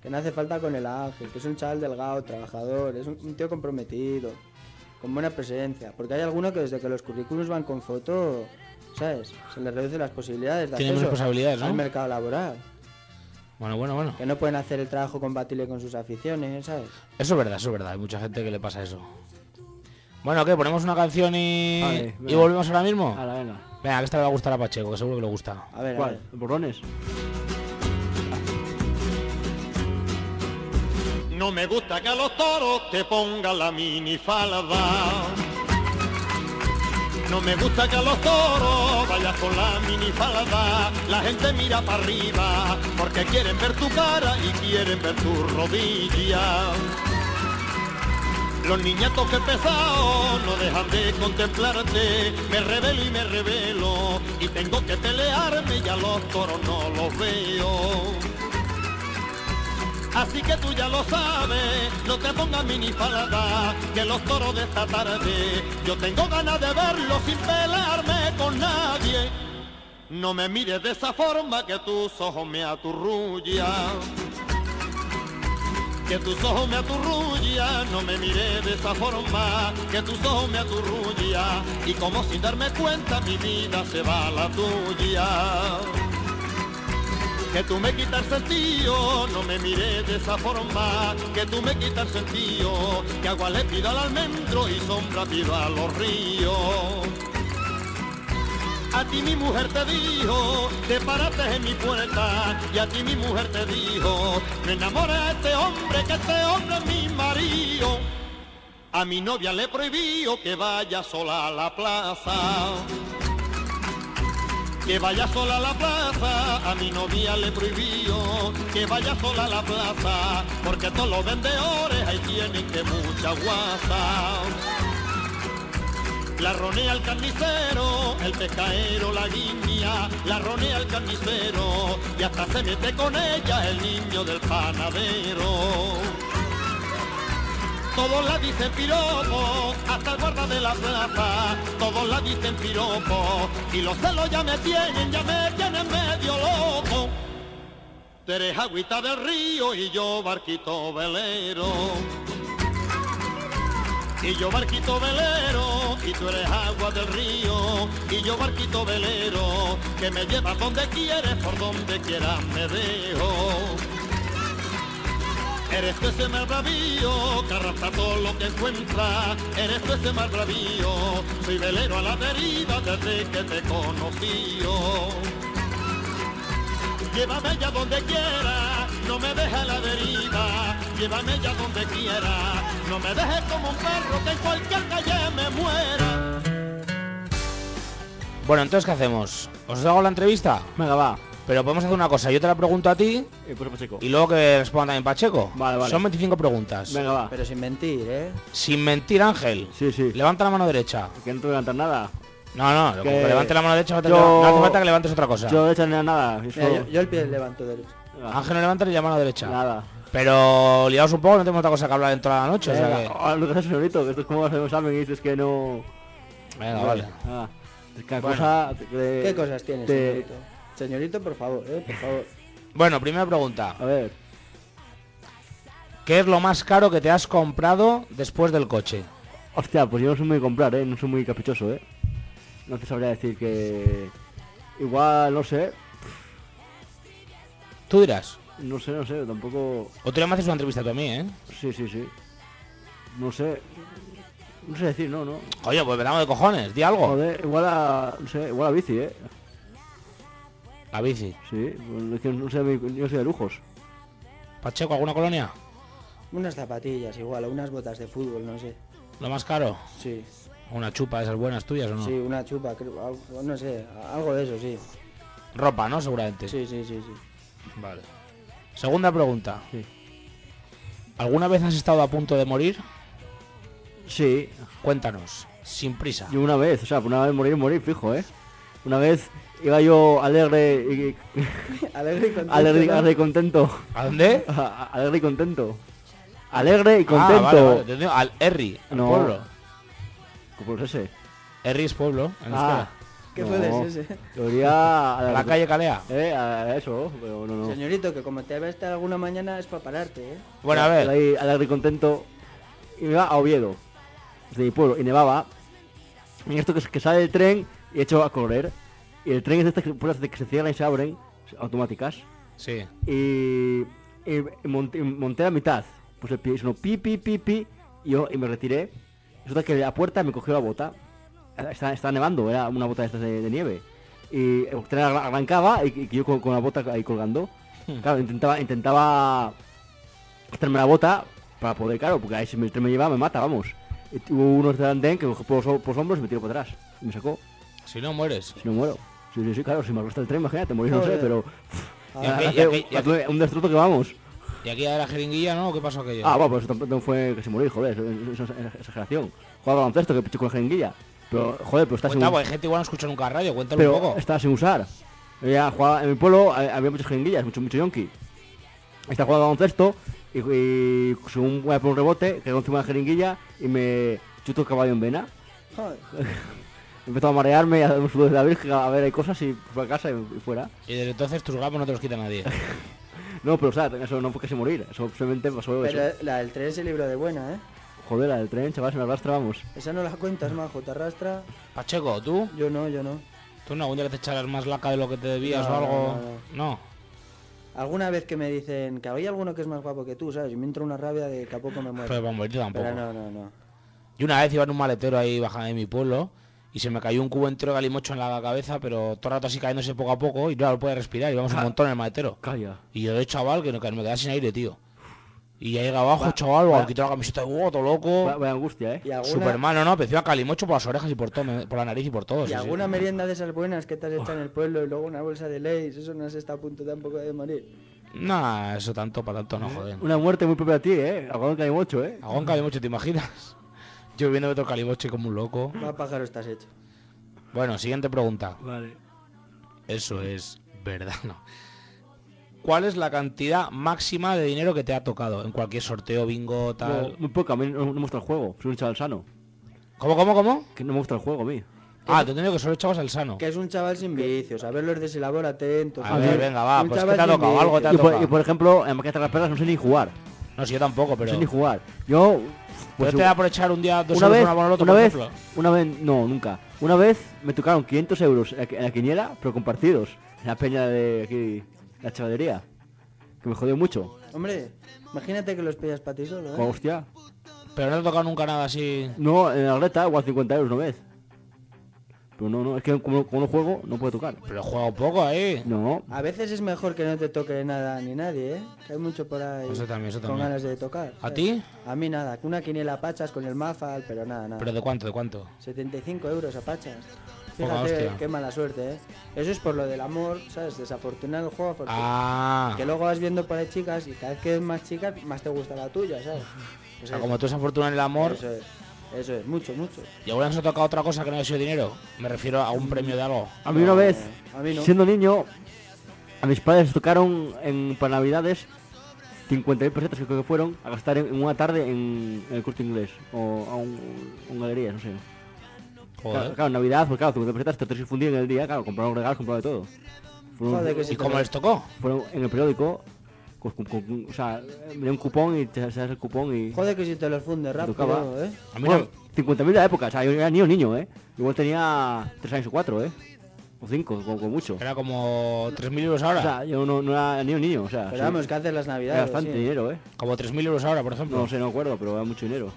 Speaker 2: Que no hace falta con el ángel, que es un chaval delgado, trabajador, es un, un tío comprometido, con buena presencia. Porque hay alguno que desde que los currículums van con foto, ¿sabes? Se les reducen las posibilidades de
Speaker 3: Tienen
Speaker 2: acceso
Speaker 3: responsabilidades, ¿no?
Speaker 2: al mercado laboral.
Speaker 3: Bueno, bueno, bueno.
Speaker 2: Que no pueden hacer el trabajo compatible con sus aficiones, ¿sabes?
Speaker 3: Eso es verdad, eso es verdad. Hay mucha gente que le pasa eso. Bueno, ¿qué? ¿Ponemos una canción y,
Speaker 1: Vale,
Speaker 3: y
Speaker 1: venga.
Speaker 3: volvemos ahora mismo?
Speaker 1: Ahora, venga.
Speaker 3: Venga, que esta le va a gustar a Pacheco, que seguro que le gusta.
Speaker 2: A ver, a ver.
Speaker 1: ¿Cuál? ¿Los borrones?
Speaker 4: No me gusta que a los toros te pongan la minifalda. No me gusta que a los toros vayas con la minifalda. La gente mira para arriba porque quieren ver tu cara y quieren ver tu rodilla. Los niñatos que pesados no dejan de contemplarte. Me revelo y me revelo y tengo que pelearme y a los toros no los veo. Así que tú ya lo sabes, no te pongas minifalda, que los toros de esta tarde, yo tengo ganas de verlos sin pelearme con nadie. No me mires de esa forma que tus ojos me aturrullan. Que tus ojos me aturrullan, no me mires de esa forma, que tus ojos me aturrullan. Y como sin darme cuenta, mi vida se va a la tuya que tú me quitas el sentido, no me mires de esa forma, que tú me quitas el sentido, que agua le pido al almendro y sombra pido a los ríos. A ti mi mujer te dijo, te paraste en mi puerta, y a ti mi mujer te dijo, me enamora este hombre, que este hombre es mi marido. A mi novia le prohibió que vaya sola a la plaza. Que vaya sola a la plaza, a mi novia le prohibió que vaya sola a la plaza, porque todos los vendedores ahí tienen que mucha guasa. La ronea al carnicero, el pescaero la guinea, la ronea al carnicero, y hasta se mete con ella el niño del panadero. Todos la dicen piropo, hasta el guarda de la plaza. Todos la dicen piropo. Y los celos ya me tienen, ya me tienen medio loco. Tú eres agüita del río y yo barquito velero. Y yo barquito velero, y tú eres agua del río, y yo barquito velero, que me llevas donde quieres, por donde quieras me dejo. Eres tú ese mar bravío que arrastra todo lo que encuentra. Eres tú ese mar bravío. Soy velero a la deriva desde que te conocí. oh. Llévame ya donde quiera, no me dejes a la deriva. Llévame ya donde quiera, no me dejes como un perro que en cualquier calle me muera.
Speaker 3: Bueno, entonces, ¿qué hacemos? ¿Os hago la entrevista?
Speaker 1: Venga, va.
Speaker 3: Pero podemos hacer una cosa. Yo te la pregunto a ti
Speaker 1: Y pues Pacheco.
Speaker 3: y luego que responda también Pacheco.
Speaker 1: Vale, vale.
Speaker 3: Son 25 preguntas.
Speaker 1: Venga, va.
Speaker 2: Pero sin mentir, ¿eh?
Speaker 3: Sin mentir, Ángel.
Speaker 1: Sí, sí.
Speaker 3: Levanta la mano derecha.
Speaker 1: Que no te levantas nada.
Speaker 3: No, no, lo que...
Speaker 1: Que-
Speaker 3: levante la mano derecha no, te-
Speaker 1: Yo-
Speaker 3: no hace falta que levantes otra cosa.
Speaker 1: Yo de hecho no nada. es
Speaker 2: Mira,
Speaker 1: todo.
Speaker 2: yo, yo el pie levanto derecho.
Speaker 1: Venga,
Speaker 3: Ángel no levanta ni la mano derecha.
Speaker 1: Nada.
Speaker 3: Pero liados un poco, no tenemos otra cosa que hablar en toda la noche. o sea
Speaker 1: Venga,
Speaker 3: que-
Speaker 1: oh, no te hagas señorito, que esto es como hacer un examen y dices que no.
Speaker 3: Venga, vale.
Speaker 1: Ah, es que la
Speaker 3: Bueno.
Speaker 1: cosa de-
Speaker 2: ¿Qué cosas tienes,
Speaker 1: Eh, de-
Speaker 2: señorito? Señorito, por favor, ¿eh? Por favor.
Speaker 3: Bueno, primera pregunta.
Speaker 1: A ver,
Speaker 3: ¿Qué es lo más caro que te has comprado después del coche?
Speaker 1: hostia, pues yo no soy muy de comprar, eh, no soy muy caprichoso, eh. No te sabría decir que. Igual, no sé,
Speaker 3: Tú dirás.
Speaker 1: no sé, no sé, tampoco.
Speaker 3: O tú ya me haces una entrevista tú a mí, ¿eh?
Speaker 1: Sí, sí, sí. No sé. No sé decir, no, no.
Speaker 3: Oye, pues verano de cojones, di algo.
Speaker 1: Joder, igual a. No sé, igual a bici, eh.
Speaker 3: La bici.
Speaker 1: Sí, pues es que no sé, mi- yo soy de lujos.
Speaker 3: Pacheco, ¿alguna colonia?
Speaker 2: Unas zapatillas igual, o unas botas de fútbol, no sé.
Speaker 3: ¿Lo más caro?
Speaker 2: Sí,
Speaker 3: ¿Una chupa de esas buenas tuyas o
Speaker 1: Ah.
Speaker 3: no?
Speaker 2: sí, una chupa, creo, algo- no sé, algo de eso, sí.
Speaker 3: Ropa, ¿no? Seguramente.
Speaker 2: Sí, sí, sí, sí.
Speaker 3: Vale. Segunda pregunta.
Speaker 1: Sí.
Speaker 3: ¿Alguna vez has estado a punto de morir?
Speaker 1: Sí,
Speaker 3: Cuéntanos, sin prisa.
Speaker 1: Yo una vez, o sea, una vez morir, morir, fijo, ¿eh? Una vez iba yo alegre y...
Speaker 2: Alegre y contento.
Speaker 1: alegre,
Speaker 2: ¿no?
Speaker 1: alegre y contento.
Speaker 3: ¿A dónde?
Speaker 1: A- Alegre y contento. Alegre y
Speaker 3: Ah, vale, vale,
Speaker 1: contento.
Speaker 3: te digo, al Erri, al
Speaker 1: No.
Speaker 3: pueblo.
Speaker 1: Pues ese.
Speaker 3: Erri es pueblo, en
Speaker 1: Ah,
Speaker 3: euskera.
Speaker 2: ¿Qué
Speaker 1: no.
Speaker 2: fue de ese?
Speaker 1: Lo diría
Speaker 3: A la calle Calea.
Speaker 1: Eh, a eso, pero no, no.
Speaker 2: Señorito, que como te veste alguna mañana es para pararte, ¿eh?
Speaker 3: Bueno, a ver,
Speaker 1: Ahí, alegre y contento. Y me iba a Oviedo, desde mi pueblo, y nevaba. Y esto que, que sale el tren y echo a correr. Y el tren es de estas que- puertas que se cierran y se abren, automáticas.
Speaker 3: sí.
Speaker 1: y, y mont- y monté la mitad. Pues el pie sonó pi, pi, pi, pi, y yo y me retiré. Resulta que la puerta me cogió la bota. Estaba, estaba nevando, era una bota de estas de, de nieve. Y el tren arran- arrancaba y, y yo con, con la bota ahí colgando. Claro, intentaba, intentaba quitarme la bota para poder, claro, porque ahí si el tren me lleva me mata, vamos. Y tuvo unos del andén que me cogió por los, por los hombros y me tiró para atrás. Y me sacó,
Speaker 3: Si no mueres.
Speaker 1: si no muero. Sí, sí, sí, claro, si me gusta el tren, imagínate, morir no sé,
Speaker 2: Joder.
Speaker 1: pero...
Speaker 3: Y aquí- y aquí- y aquí-
Speaker 1: Un destrozo que vamos.
Speaker 3: ¿Y aquí era jeringuilla, no? ¿O ¿Qué pasó aquello?
Speaker 1: Ah, bueno, pues tampoco no fue que se morir, joder, eso es una exageración. Jugaba baloncesto que pichó con la jeringuilla. Pero, joder, pero está sin,
Speaker 3: Cuenta, porque hay gente igual no escucha nunca la radio, cuéntalo un
Speaker 1: pero
Speaker 3: poco.
Speaker 1: está sin usar. Yo ya jugaba- en mi pueblo eh, había muchas jeringuillas, mucho, mucho yonki. Estaba jugando al baloncesto y, y según voy a por un rebote, quedó encima de la jeringuilla y me chuto el caballo en vena.
Speaker 2: Joder.
Speaker 1: Empezó a marearme, a dar un sudor de la virgen, a ver, hay cosas y fue a casa y, y fuera.
Speaker 3: Y desde entonces tus gramos no te los quita nadie.
Speaker 1: No, pero o sea, eso no fue que se morir, eso simplemente pasó eso.
Speaker 2: Pero la del tren se libro de buena, ¿eh?
Speaker 1: Joder, la del tren, chaval, se me arrastra, vamos.
Speaker 2: Esa no la cuentas, majo, te arrastra.
Speaker 3: Pacheco, ¿tú?
Speaker 2: Yo no, yo no.
Speaker 3: ¿Tú no? ¿Algún día te echarás más laca de lo que te debías
Speaker 2: No,
Speaker 3: o
Speaker 2: no,
Speaker 3: algo? No.
Speaker 2: Alguna vez que me dicen que hay alguno que es más guapo que tú, ¿sabes? Y me entra una rabia de que a poco me
Speaker 3: Pero
Speaker 1: Pues
Speaker 2: muero.
Speaker 3: para morirte Pues tampoco.
Speaker 2: Pero no, no, no.
Speaker 3: Yo una vez iba en un maletero ahí bajando de mi pueblo y se me cayó un cubo entero de galimocho en la cabeza, pero todo el rato así cayéndose poco a poco y no lo podía respirar, íbamos
Speaker 2: Ah.
Speaker 3: un montón en el maletero.
Speaker 1: Calla.
Speaker 3: Y yo de chaval que no- que me quedaba sin aire, tío. Y ya llega abajo, chaval,
Speaker 1: va.
Speaker 3: me quitó la camiseta de huevo, todo loco.
Speaker 1: Vaya, vaya angustia, eh.
Speaker 2: ¿Y alguna,
Speaker 3: Superman, no, no, pero encima calimocho por las orejas y por todo, me- por la nariz y por todo.
Speaker 2: y
Speaker 3: sí, sí.
Speaker 2: alguna merienda de esas buenas que te has hecho en el pueblo y luego una bolsa de leyes, eso no se está a punto tampoco de morir.
Speaker 3: Nah, eso tanto, para tanto no, joder.
Speaker 1: Una muerte muy propia a ti, ¿eh? Algodón que hay mucho, ¿eh?
Speaker 3: Agón calimocho, ¿te imaginas? Yo viendo otro calimocho y como un loco.
Speaker 2: Más pájaro estás hecho.
Speaker 3: Bueno, siguiente pregunta.
Speaker 1: Vale.
Speaker 3: Eso es verdad, ¿no? cuál es la cantidad máxima de dinero que te ha tocado en cualquier sorteo, bingo,
Speaker 1: No,
Speaker 3: tal.
Speaker 1: muy poco, a mí no, no me gusta el juego. Soy un chaval sano.
Speaker 3: ¿Cómo, cómo, cómo?
Speaker 1: Que no me gusta el juego a mí.
Speaker 3: Ah, te he tenido que solo echabas al sano.
Speaker 2: Que es un chaval sin vicios, a ver los de Silabor atentos.
Speaker 3: A ver, venga, va, pues, ¿qué te ha
Speaker 2: sin
Speaker 3: tocado? ¿Algo te ha
Speaker 2: vicios.
Speaker 1: Y por,
Speaker 3: tocado?
Speaker 1: y por ejemplo, en maquetas de las perlas no sé ni jugar.
Speaker 3: No, si yo tampoco,
Speaker 1: No
Speaker 3: pero.
Speaker 1: sé ni jugar. Yo.
Speaker 3: pero
Speaker 1: Pues,
Speaker 3: te da por echar un día dos
Speaker 1: una
Speaker 3: euros
Speaker 1: vez,
Speaker 3: por una bola al otro,
Speaker 1: una
Speaker 3: por
Speaker 1: vez,
Speaker 3: ejemplo.
Speaker 1: una vez, no, nunca. Una vez me tocaron 500 euros en la qui- en la quiniela, pero compartidos. En la peña de aquí, la chavalería. Que me jodió mucho.
Speaker 2: Hombre, imagínate que los pillas para ti solo,
Speaker 1: Como,
Speaker 2: ¿eh?
Speaker 1: hostia.
Speaker 3: Pero no te ha tocado nunca nada así.
Speaker 1: No, en la reta igual 50 euros una vez. Pero no, no, es que como, como no juego, no puedo tocar.
Speaker 3: Pero juego poco ahí.
Speaker 1: No,
Speaker 2: A veces es mejor que no te toque nada ni nadie, ¿eh? Que hay mucho por ahí
Speaker 3: Eso también, eso
Speaker 2: con
Speaker 3: también.
Speaker 2: ganas de tocar.
Speaker 3: ¿A
Speaker 2: ¿sabes?
Speaker 3: ti?
Speaker 2: A mí nada, que una quiniela pachas con el Mafal, pero nada, nada.
Speaker 3: ¿Pero de cuánto? ¿De cuánto?
Speaker 2: 75 euros a pachas.
Speaker 3: Poca
Speaker 2: Fíjate
Speaker 3: hostia.
Speaker 2: qué mala suerte, ¿eh? Eso es por lo del amor, ¿sabes? Desafortunado el juego, porque
Speaker 3: Ah.
Speaker 2: que luego vas viendo por ahí chicas y cada vez que ves más chicas, más te gusta la tuya, ¿sabes?
Speaker 3: O sea, como tú esa fortuna en el amor,
Speaker 2: Eso es, eso es, mucho, mucho.
Speaker 3: y alguna vez os ha tocado otra cosa que no haya sido dinero. Me refiero a
Speaker 1: Mm.
Speaker 3: un premio de algo.
Speaker 1: A mí una vez,
Speaker 2: a mí no.
Speaker 1: siendo niño, a mis padres tocaron en, para Navidades 50.000 pesetas que creo que fueron a gastar en, en una tarde en, en el corte inglés o a un, un galería, no sé. Claro,
Speaker 3: Joder.
Speaker 1: claro, en Navidad, pues claro, 50 pesetas, te tres fundí en el día, claro, compraron regalos, compraron de todo. Fueron,
Speaker 2: Joder, que sí.
Speaker 3: ¿Y cómo les tocó?
Speaker 1: fueron en el periódico, pues, con- con- con- o sea, me dio un cupón y te das el cupón y.
Speaker 2: Joder que si te los funde rápido,
Speaker 1: tocaba.
Speaker 2: ¿eh?
Speaker 3: A mí
Speaker 1: Bueno,
Speaker 3: no.
Speaker 1: 50.000 de la época, o sea, yo era niño, niño, ¿eh? Igual tenía 3 años o 4, ¿eh? O 5, como, como mucho.
Speaker 3: Era como 3.000 euros ahora.
Speaker 1: O sea, yo no, no era niño, niño, o
Speaker 3: Ah,
Speaker 1: sea.
Speaker 2: Pero
Speaker 1: sí.
Speaker 2: vamos, que haces las
Speaker 1: Era
Speaker 2: navidades.
Speaker 1: bastante
Speaker 2: sí.
Speaker 1: dinero, ¿eh?
Speaker 3: como 3.000 euros ahora, por ejemplo.
Speaker 1: No sé, no me acuerdo, pero era mucho dinero.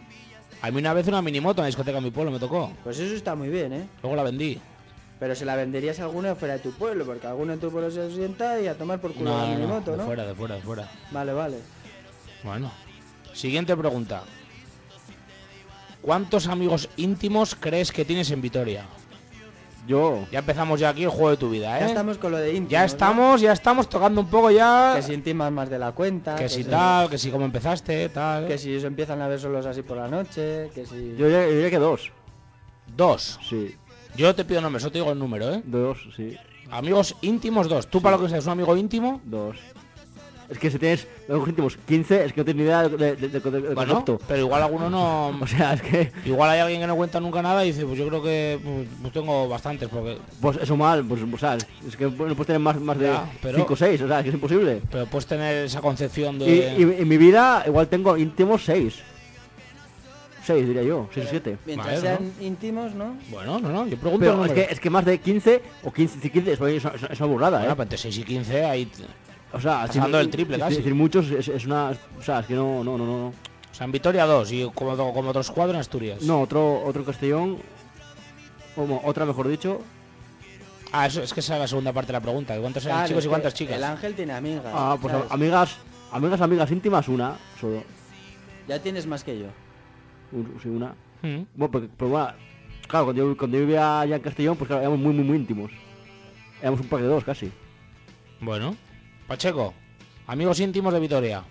Speaker 3: A mí una vez una minimoto en la discoteca de mi pueblo me tocó.
Speaker 2: Pues eso está muy bien, ¿eh?
Speaker 3: Luego la vendí.
Speaker 2: Pero se la venderías a alguno fuera de tu pueblo, porque alguno en tu pueblo se sienta y a tomar por culo
Speaker 3: No,
Speaker 2: la
Speaker 3: no, no,
Speaker 2: minimoto,
Speaker 3: de
Speaker 2: ¿no?
Speaker 3: fuera, de fuera, de fuera.
Speaker 2: Vale, vale.
Speaker 3: Bueno. Siguiente pregunta. ¿Cuántos amigos íntimos crees que tienes en Vitoria?
Speaker 1: Yo,
Speaker 3: Ya empezamos ya aquí el juego de tu vida, ¿eh?
Speaker 2: Ya estamos con lo de íntimos,
Speaker 3: ya
Speaker 2: ¿no?
Speaker 3: estamos, ya estamos tocando un poco ya.
Speaker 2: Que si intimas más de la cuenta.
Speaker 3: que si
Speaker 2: si-
Speaker 3: tal, que si como empezaste, tal.
Speaker 2: Que si se empiezan a ver solos así por la noche, que si...
Speaker 1: yo diría, yo diría que dos.
Speaker 3: Dos.
Speaker 1: Sí,
Speaker 3: Yo no te pido nombres, yo te digo el número, ¿eh?
Speaker 1: dos, sí,
Speaker 3: Amigos íntimos, dos. Tú para lo que seas un amigo íntimo.
Speaker 1: dos. Es que si tienes los últimos 15, es que no tienes ni idea del de, de- de- del
Speaker 3: Bueno,
Speaker 1: concepto.
Speaker 3: pero igual alguno no.
Speaker 1: O sea, es que,
Speaker 3: Igual hay alguien que no cuenta nunca nada y dice, pues yo creo que pues, pues tengo bastantes porque.
Speaker 1: pues eso mal, pues, o sea, es que no puedes tener más, más de
Speaker 3: Ya, pero-
Speaker 1: 5 o 6, o sea, que es imposible.
Speaker 3: Pero puedes tener esa concepción de.
Speaker 1: Y, y- en mi vida igual tengo íntimos 6. 6 diría yo, 6 o 7.
Speaker 2: Mientras
Speaker 3: Vale,
Speaker 2: sean íntimos, ¿no?
Speaker 3: Bueno, no, no, yo pregunto.
Speaker 1: Pero es
Speaker 3: números.
Speaker 1: que, ¿eh? es que más de 15 o 15 y 15 es, una- es una- es una burrada,
Speaker 3: Bueno,
Speaker 1: ¿eh?
Speaker 3: pues entre 6 y 15 ahí. t-
Speaker 1: O sea,
Speaker 3: Estás hablando del triple,
Speaker 1: es-
Speaker 3: casi.
Speaker 1: Es decir, muchos es, es una. O sea, es que no, no, no, no.
Speaker 3: O sea, en Vitoria dos y como, otro- como otros cuatro en Asturias.
Speaker 1: No, otro, otro Castellón. Como otra, mejor dicho.
Speaker 3: Ah, eso, es que esa es la segunda parte de la pregunta. que ¿Cuántos eran
Speaker 2: Claro,
Speaker 3: chicos
Speaker 2: es
Speaker 3: y cuántas
Speaker 2: que
Speaker 3: chicas?
Speaker 2: El ángel tiene amigas.
Speaker 1: Ah, pues
Speaker 2: ¿sabes?
Speaker 1: amigas. Amigas, amigas íntimas, una solo.
Speaker 2: Ya tienes más que yo.
Speaker 1: Un- sí, una.
Speaker 3: Mm.
Speaker 1: Bueno, pero, pero bueno, claro, cuando yo, cuando yo vivía allá en Castellón, pues claro, éramos muy, muy, muy íntimos. Éramos un par de dos casi.
Speaker 3: Bueno. Pacheco, amigos íntimos de Vitoria.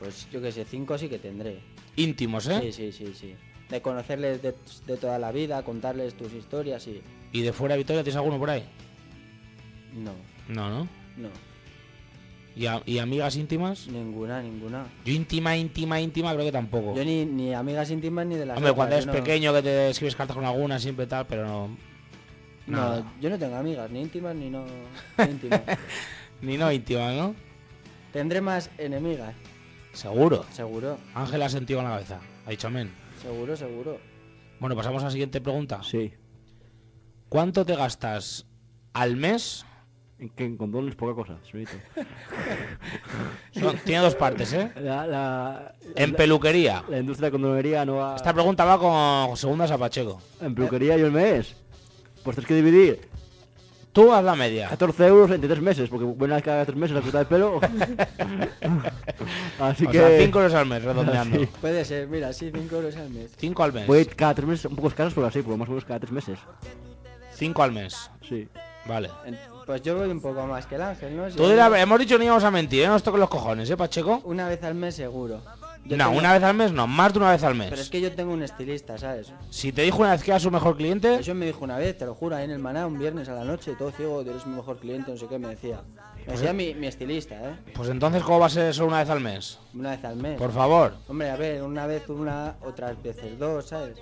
Speaker 2: Pues yo que sé, cinco sí que tendré.
Speaker 3: Íntimos, ¿eh?
Speaker 2: Sí, sí, sí, sí. De conocerles de, de toda la vida, contarles tus historias y...
Speaker 3: ¿Y de fuera de Vitoria tienes alguno por ahí?
Speaker 2: No,
Speaker 3: No, ¿no?
Speaker 2: no.
Speaker 3: ¿Y, a- y amigas íntimas?
Speaker 2: Ninguna, ninguna.
Speaker 3: Yo íntima, íntima, íntima creo que tampoco.
Speaker 2: Yo ni, ni amigas íntimas ni de las
Speaker 3: Hombre,
Speaker 2: otras,
Speaker 3: cuando eres
Speaker 2: yo no-
Speaker 3: pequeño que te escribes cartas con alguna siempre tal, pero no...
Speaker 2: No,
Speaker 3: nada.
Speaker 2: yo no tengo amigas, ni íntimas ni no ni íntimas.
Speaker 3: Ni no íntima, ¿no?
Speaker 2: Tendré más enemigas,
Speaker 3: Seguro.
Speaker 2: seguro,
Speaker 3: Ángel ha sentido con la cabeza. Ha dicho amén.
Speaker 2: seguro, seguro.
Speaker 3: Bueno, pasamos a la siguiente pregunta.
Speaker 1: Sí.
Speaker 3: ¿Cuánto te gastas al mes?
Speaker 1: En que en condones poca cosa, señorito.
Speaker 3: Son- tiene dos partes, ¿eh?
Speaker 1: La, la,
Speaker 3: En
Speaker 1: la-
Speaker 3: peluquería.
Speaker 1: la industria de condonería no va...
Speaker 3: Esta pregunta va con segundas a Pacheco.
Speaker 1: En peluquería y el mes. Pues tienes que dividir
Speaker 3: Tú haz la media.
Speaker 1: 14 euros entre 3 meses, porque una vez cada 3 meses la cuota de pelo. Así
Speaker 3: o
Speaker 1: que...
Speaker 3: sea, 5 euros al mes, redondeando.
Speaker 1: Sí.
Speaker 2: Puede ser, mira, sí, 5 euros al mes.
Speaker 3: 5 al mes.
Speaker 1: Voy cada 3 meses, un poco escasos, pero así, por más o menos cada 3 meses.
Speaker 3: 5 al mes.
Speaker 1: Sí.
Speaker 3: Vale.
Speaker 2: En- Pues yo voy un poco más que el ángel, ¿no? Si
Speaker 3: Tú
Speaker 2: yo-
Speaker 3: dirás- hemos dicho que no íbamos a mentir, ¿eh? Nos toquen los cojones, ¿eh, Pacheco?
Speaker 2: Una vez al mes seguro. Yo
Speaker 3: no,
Speaker 2: tengo-
Speaker 3: una vez al mes no, más de una vez al mes.
Speaker 2: Pero es que yo tengo un estilista, ¿sabes?
Speaker 3: Si te dijo una vez que era su mejor cliente,
Speaker 2: Eso me dijo una vez, te lo juro, ahí en el maná, un viernes a la noche, todo ciego, tú eres mi mejor cliente, no sé qué, me decía. Me decía mi, mi estilista, ¿eh?
Speaker 3: pues entonces ¿cómo va a ser solo una vez al mes?
Speaker 2: Una vez al mes.
Speaker 3: Por favor,
Speaker 2: Hombre, a ver, una vez una, otras veces dos, ¿sabes?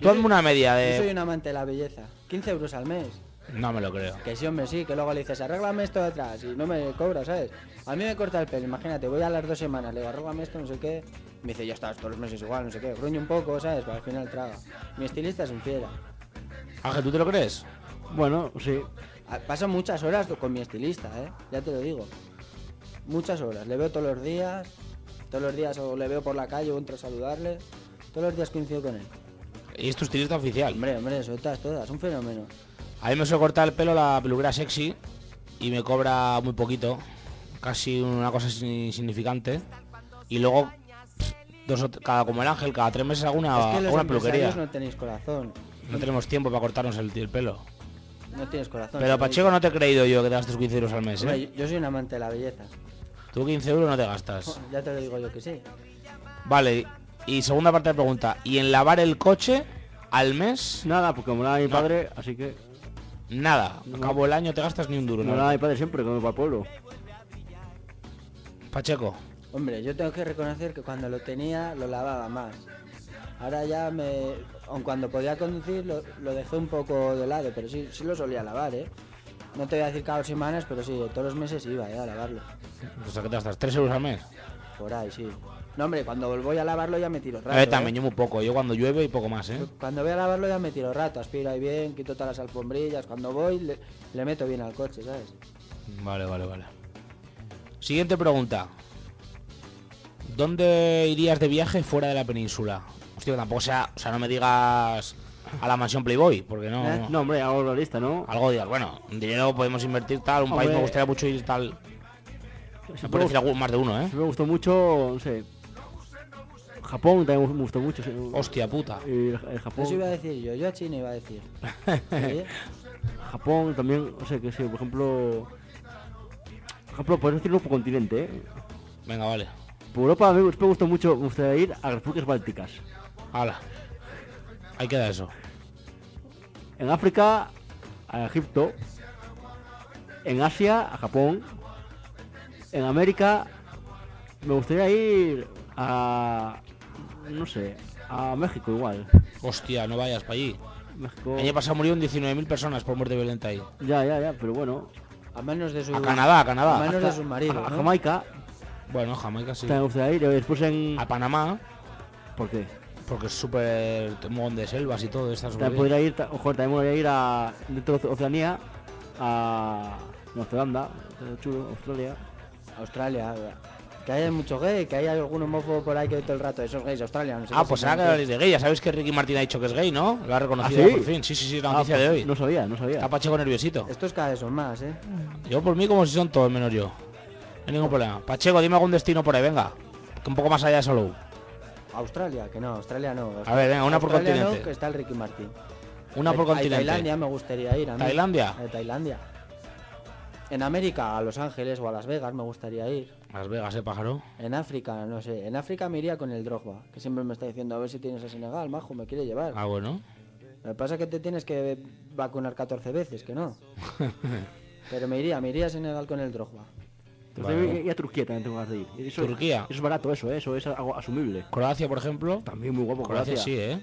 Speaker 3: tú hazme una media
Speaker 2: Yo soy
Speaker 3: de...
Speaker 2: un amante de la belleza. 15 euros al mes.
Speaker 3: No me lo creo.
Speaker 2: Que sí, hombre, sí, que luego le dices, arréglame esto de atrás y no me cobra, ¿sabes? A mí me corta el pelo, imagínate, voy a las dos semanas, le digo, arréglame esto, no sé qué. Me dice, ya estás todos los meses igual, no sé qué. Gruñe un poco, ¿sabes? Pero al final traga. Mi estilista es un fiera.
Speaker 3: Ángel, ¿tú te lo crees?
Speaker 1: Bueno, sí.
Speaker 2: A- Paso muchas horas con mi estilista, ¿eh? Ya te lo digo. Muchas horas. Le veo todos los días. Todos los días o le veo por la calle o entro a saludarle. Todos los días coincido con él.
Speaker 3: Y es tu estilista oficial.
Speaker 2: Hombre, hombre, sueltas todas. Un fenómeno.
Speaker 3: A mí me suele cortar el pelo la peluquera sexy y me cobra muy poquito, casi una cosa sin- insignificante. Y luego, pff, dos o t- cada como el Ángel, cada tres meses hago una,
Speaker 2: es que los
Speaker 3: hago Ah, una
Speaker 2: empresarios
Speaker 3: peluquería.
Speaker 2: no tenéis corazón.
Speaker 3: No tenemos tiempo para cortarnos el, el pelo.
Speaker 2: No tienes corazón.
Speaker 3: Pero
Speaker 2: te lo
Speaker 3: Pacheco, no te he creído yo que te gastes 15 euros al mes,
Speaker 2: digo. Hombre,
Speaker 3: ¿eh?
Speaker 2: yo- yo soy un amante de la belleza.
Speaker 3: Tú 15 euros no te gastas.
Speaker 2: Pues, Ya te lo digo yo que sí.
Speaker 3: Vale, y segunda parte de la pregunta. ¿Y en lavar el coche al mes?
Speaker 1: Nada, porque como nada mi
Speaker 3: No.
Speaker 1: padre, así que...
Speaker 3: Nada. Acabo el año, te gastas ni un duro.
Speaker 1: Como
Speaker 3: ¿no?
Speaker 1: nada mi padre siempre, cuando va al pueblo.
Speaker 3: Pacheco,
Speaker 2: Hombre, yo tengo que reconocer que cuando lo tenía lo lavaba más. Ahora ya me. Aun cuando podía conducir lo, lo dejé un poco de lado, pero sí, sí lo solía lavar, ¿eh? No te voy a decir cada dos semanas, pero sí, todos los meses iba ¿eh? a lavarlo.
Speaker 3: o sea que pues te gastas 3 euros al mes.
Speaker 2: Por ahí, sí. No, hombre, cuando voy a lavarlo ya me tiro rato.
Speaker 3: Eh,
Speaker 2: ¿eh?
Speaker 3: también yo muy poco. Yo cuando llueve y poco más, ¿eh?
Speaker 2: Cuando voy a lavarlo ya me tiro rato, aspiro ahí bien, quito todas las alfombrillas. Cuando voy le, le meto bien al coche, ¿sabes?
Speaker 3: Vale, vale, vale. Siguiente pregunta. ¿Dónde irías de viaje fuera de la península? Hostia, tampoco sea... O sea, no me digas a la mansión Playboy, porque no... Ah,
Speaker 2: ¿Eh?
Speaker 1: No, hombre, hago la lista, ¿no?
Speaker 3: Algo digas, bueno, dinero podemos invertir tal, un país
Speaker 1: Hombre.
Speaker 3: me gustaría mucho ir tal...
Speaker 1: Si
Speaker 3: Me
Speaker 1: me,
Speaker 3: puede decir
Speaker 1: gustó,
Speaker 3: algún- más de uno, ¿eh?
Speaker 1: si me gustó mucho, no sé... Japón también me gustó mucho. sí.
Speaker 3: Hostia puta.
Speaker 1: Y eh, el- el Japón,
Speaker 2: Eso iba a decir yo, yo a China iba a decir. ¿Sí?
Speaker 1: Japón también, no sé qué sé, por ejemplo... Por ejemplo, podemos decirlo por continente, ¿eh?
Speaker 3: Venga, vale.
Speaker 1: Por Europa a mí me gustó mucho, me gustaría ir a las Repúblicas Bálticas.
Speaker 3: Hala. Ahí queda eso.
Speaker 1: En África, a Egipto. En Asia, a Japón. En América, me gustaría ir a... No sé, a México igual.
Speaker 3: Hostia, no vayas para allí.
Speaker 1: México...
Speaker 3: El año pasado murieron 19.000 personas por muerte violenta ahí.
Speaker 1: Ya, ya, ya, pero bueno.
Speaker 2: A manos de su.
Speaker 3: A Canadá, a
Speaker 2: A
Speaker 3: Canadá.
Speaker 2: manos de sus maridos.
Speaker 1: a
Speaker 2: ¿no?
Speaker 1: Jamaica,
Speaker 3: Bueno, Jamaica sí.
Speaker 1: también me gustaría ir. Después en...
Speaker 3: A Panamá,
Speaker 1: ¿Por qué?
Speaker 3: porque es súper... Un montón de selvas y todo. Está súper
Speaker 1: También
Speaker 3: Pues bien.
Speaker 1: podría ir, ta- ojo, también podría ir a... Dentro de Oceanía, a... Nueva Zelanda, eh, chulo, Australia.
Speaker 2: Australia, que hay mucho gay, que hay algún homófobo por ahí que todo el rato, esos gays australianos.
Speaker 3: Ah, pues ahora que habláis de gay, ya sabéis que Ricky Martín ha dicho que es gay, ¿no? Lo ha reconocido
Speaker 1: ¿Ah, sí?
Speaker 3: por fin. Sí, sí, sí, es la
Speaker 1: Ah,
Speaker 3: noticia de
Speaker 1: pues,
Speaker 3: hoy.
Speaker 1: No sabía, no sabía.
Speaker 3: Está Pacheco nerviosito.
Speaker 2: Estos cada vez son más, ¿eh?
Speaker 3: Yo por mí como si son todos menos yo. No hay ningún problema. Pacheco, dime algún destino por ahí, venga. Que un poco más allá de Salou.
Speaker 2: Australia, que no, Australia no.
Speaker 3: A ver, venga, una por
Speaker 2: Australia
Speaker 3: continente.
Speaker 2: no, que está el Ricky Martín.
Speaker 3: Una por
Speaker 2: A- a
Speaker 3: continente.
Speaker 2: Tailandia me gustaría ir. A mí.
Speaker 3: ¿Tailandia?
Speaker 2: A Tailandia. En América, a Los Ángeles o a Las Vegas me gustaría ir.
Speaker 3: Las Vegas, eh, pájaro.
Speaker 2: En África, no sé. En África me iría con el Drogba, que siempre me está diciendo, a ver si tienes a Senegal, majo, me quiere llevar.
Speaker 3: Ah, bueno.
Speaker 2: Lo que pasa es que te tienes que vacunar 14 veces, que no. Pero me iría, me iría a Senegal con el Drogba.
Speaker 1: Entonces,
Speaker 3: Vale.
Speaker 1: y, y a Turquía también tengo ganas de ir. Eso-
Speaker 3: Turquía.
Speaker 1: Eso es barato, eso, ¿eh? eso es algo asumible.
Speaker 3: Croacia, por ejemplo.
Speaker 1: También muy guapo
Speaker 3: Croacia
Speaker 1: Croacia.
Speaker 3: sí, ¿eh?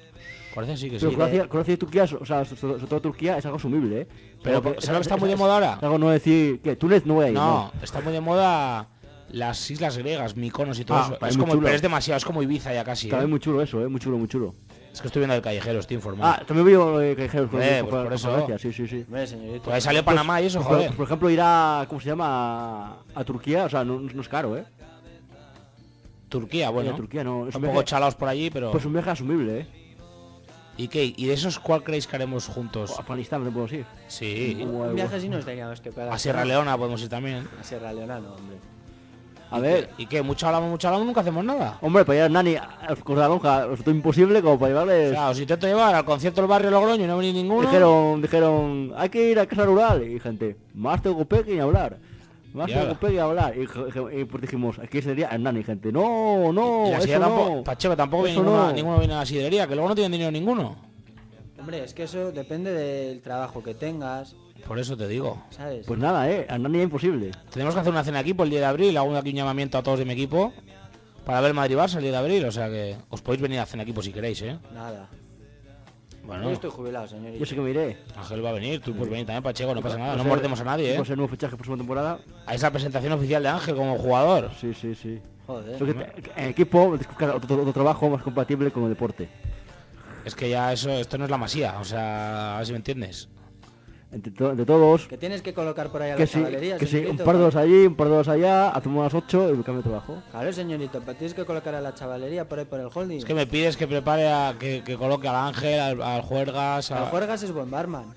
Speaker 3: Croacia sí que sí. eh.
Speaker 1: Pero Croacia, Croacia y Turquía, o sea, so- so- sobre todo Turquía es algo asumible, ¿eh?
Speaker 3: Pero,
Speaker 1: Porque-
Speaker 3: ¿sabes lo que está
Speaker 1: es-
Speaker 3: muy de
Speaker 1: es-
Speaker 3: moda ahora?
Speaker 1: Es algo no decir que Túnez no voy a ir.
Speaker 3: Eh, No, está muy de moda las islas griegas, Mykonos y todo
Speaker 1: Ah,
Speaker 3: eso.
Speaker 1: es
Speaker 3: Es
Speaker 1: muy
Speaker 3: como,
Speaker 1: chulo.
Speaker 3: pero es demasiado, es como Ibiza ya casi.
Speaker 1: También
Speaker 3: ¿eh?
Speaker 1: muy chulo eso, ¿eh? Muy chulo, muy chulo.
Speaker 3: Es que estoy viendo el callejero, estoy informado.
Speaker 1: Ah, también veo lo de callejeros con,
Speaker 3: Eh,
Speaker 1: con-
Speaker 3: pues por
Speaker 1: con
Speaker 3: eso.
Speaker 1: Croacia, sí, sí, sí.
Speaker 2: Hombre, señorita.
Speaker 3: Pues ahí salió Panamá y eso,
Speaker 1: Por-
Speaker 3: joder.
Speaker 1: Por, ejemplo, ir a, ¿cómo se llama? A, a Turquía, o sea, no, no es caro, ¿eh?
Speaker 3: Turquía,
Speaker 1: Ir
Speaker 3: bueno.
Speaker 1: a pues, eh, Turquía no. Es
Speaker 3: un
Speaker 1: un
Speaker 3: poco
Speaker 1: viaje-
Speaker 3: chalaos por allí, pero...
Speaker 1: Pues un viaje asumible, ¿eh?
Speaker 3: ¿Y qué? ¿Y de esos cuál creéis que haremos juntos?
Speaker 1: O Pues Afganistán no podemos ir.
Speaker 3: Sí.
Speaker 2: Un viaje sí nos teníamos que pegar.
Speaker 3: A Sierra Leona podemos ir también.
Speaker 2: A Sierra Leona no, hombre.
Speaker 1: A ver,
Speaker 3: ¿Y qué? ¿Mucho hablamos, mucho hablamos? Nunca hacemos nada.
Speaker 1: hombre, para llevar a Nani a Costa de la Lonja, resultó imposible como para
Speaker 3: O
Speaker 1: llevarles...
Speaker 3: sea, os intento llevar al concierto del barrio Logroño y no venís ninguno.
Speaker 1: Dijeron, dijeron, hay que ir a casa rural. Y gente, más tengo que ni hablar. Más
Speaker 3: Ya.
Speaker 1: se ocupé de hablar. Y, y pues dijimos, aquí sería Hernán y gente. No, no,
Speaker 3: y la
Speaker 1: eso
Speaker 3: sidra tampoco,
Speaker 1: no.
Speaker 3: Pacheco, tampoco viene
Speaker 1: Eso
Speaker 3: ninguna-
Speaker 1: no.
Speaker 3: ninguno viene a la sidrería, que luego no tienen dinero ninguno.
Speaker 2: Hombre, es que eso depende del trabajo que tengas,
Speaker 3: Por eso te digo.
Speaker 2: ¿sabes?
Speaker 1: Pues nada, eh, Hernán era imposible.
Speaker 3: Tenemos que hacer una cena de equipo el 10 de abril, hago aquí un llamamiento a todos de mi equipo para ver Madrid Barça el 10 de abril, o sea que os podéis venir a cena de equipo si queréis, ¿eh?
Speaker 2: Nada.
Speaker 3: Bueno,
Speaker 2: Yo estoy jubilado, señorita.
Speaker 1: Yo sé que me iré. Pues
Speaker 3: Ángel va a venir, tú puedes venir también, Pacheco, no pasa Pues nada,
Speaker 1: Va
Speaker 3: no
Speaker 1: ser-
Speaker 3: mordemos a nadie,
Speaker 1: Va a
Speaker 3: ¿eh?
Speaker 1: ser nuevo fichaje próxima temporada.
Speaker 3: A esa presentación oficial de Ángel como jugador.
Speaker 1: Sí, sí, sí.
Speaker 2: Joder.
Speaker 1: Creo que te- en eh, equipo, claro, otro, otro trabajo más compatible con el deporte.
Speaker 3: Es que ya eso, esto no es la masía, o sea, a ver si me entiendes.
Speaker 1: Entre to- de todos,
Speaker 2: Que tienes que colocar por ahí a
Speaker 1: que
Speaker 2: las
Speaker 1: sí,
Speaker 2: caballerías,
Speaker 1: que sí, un
Speaker 2: señorito.
Speaker 1: par de dos allí, un par de dos allá, hacemos las ocho y me cambio de trabajo.
Speaker 2: Claro, señorito, pero tienes que colocar a la chavalería por ahí por el holding.
Speaker 3: Es que me pides que prepare, a, que, que coloque al Ángel, al, al Juergas, a-
Speaker 2: El Juergas es buen barman.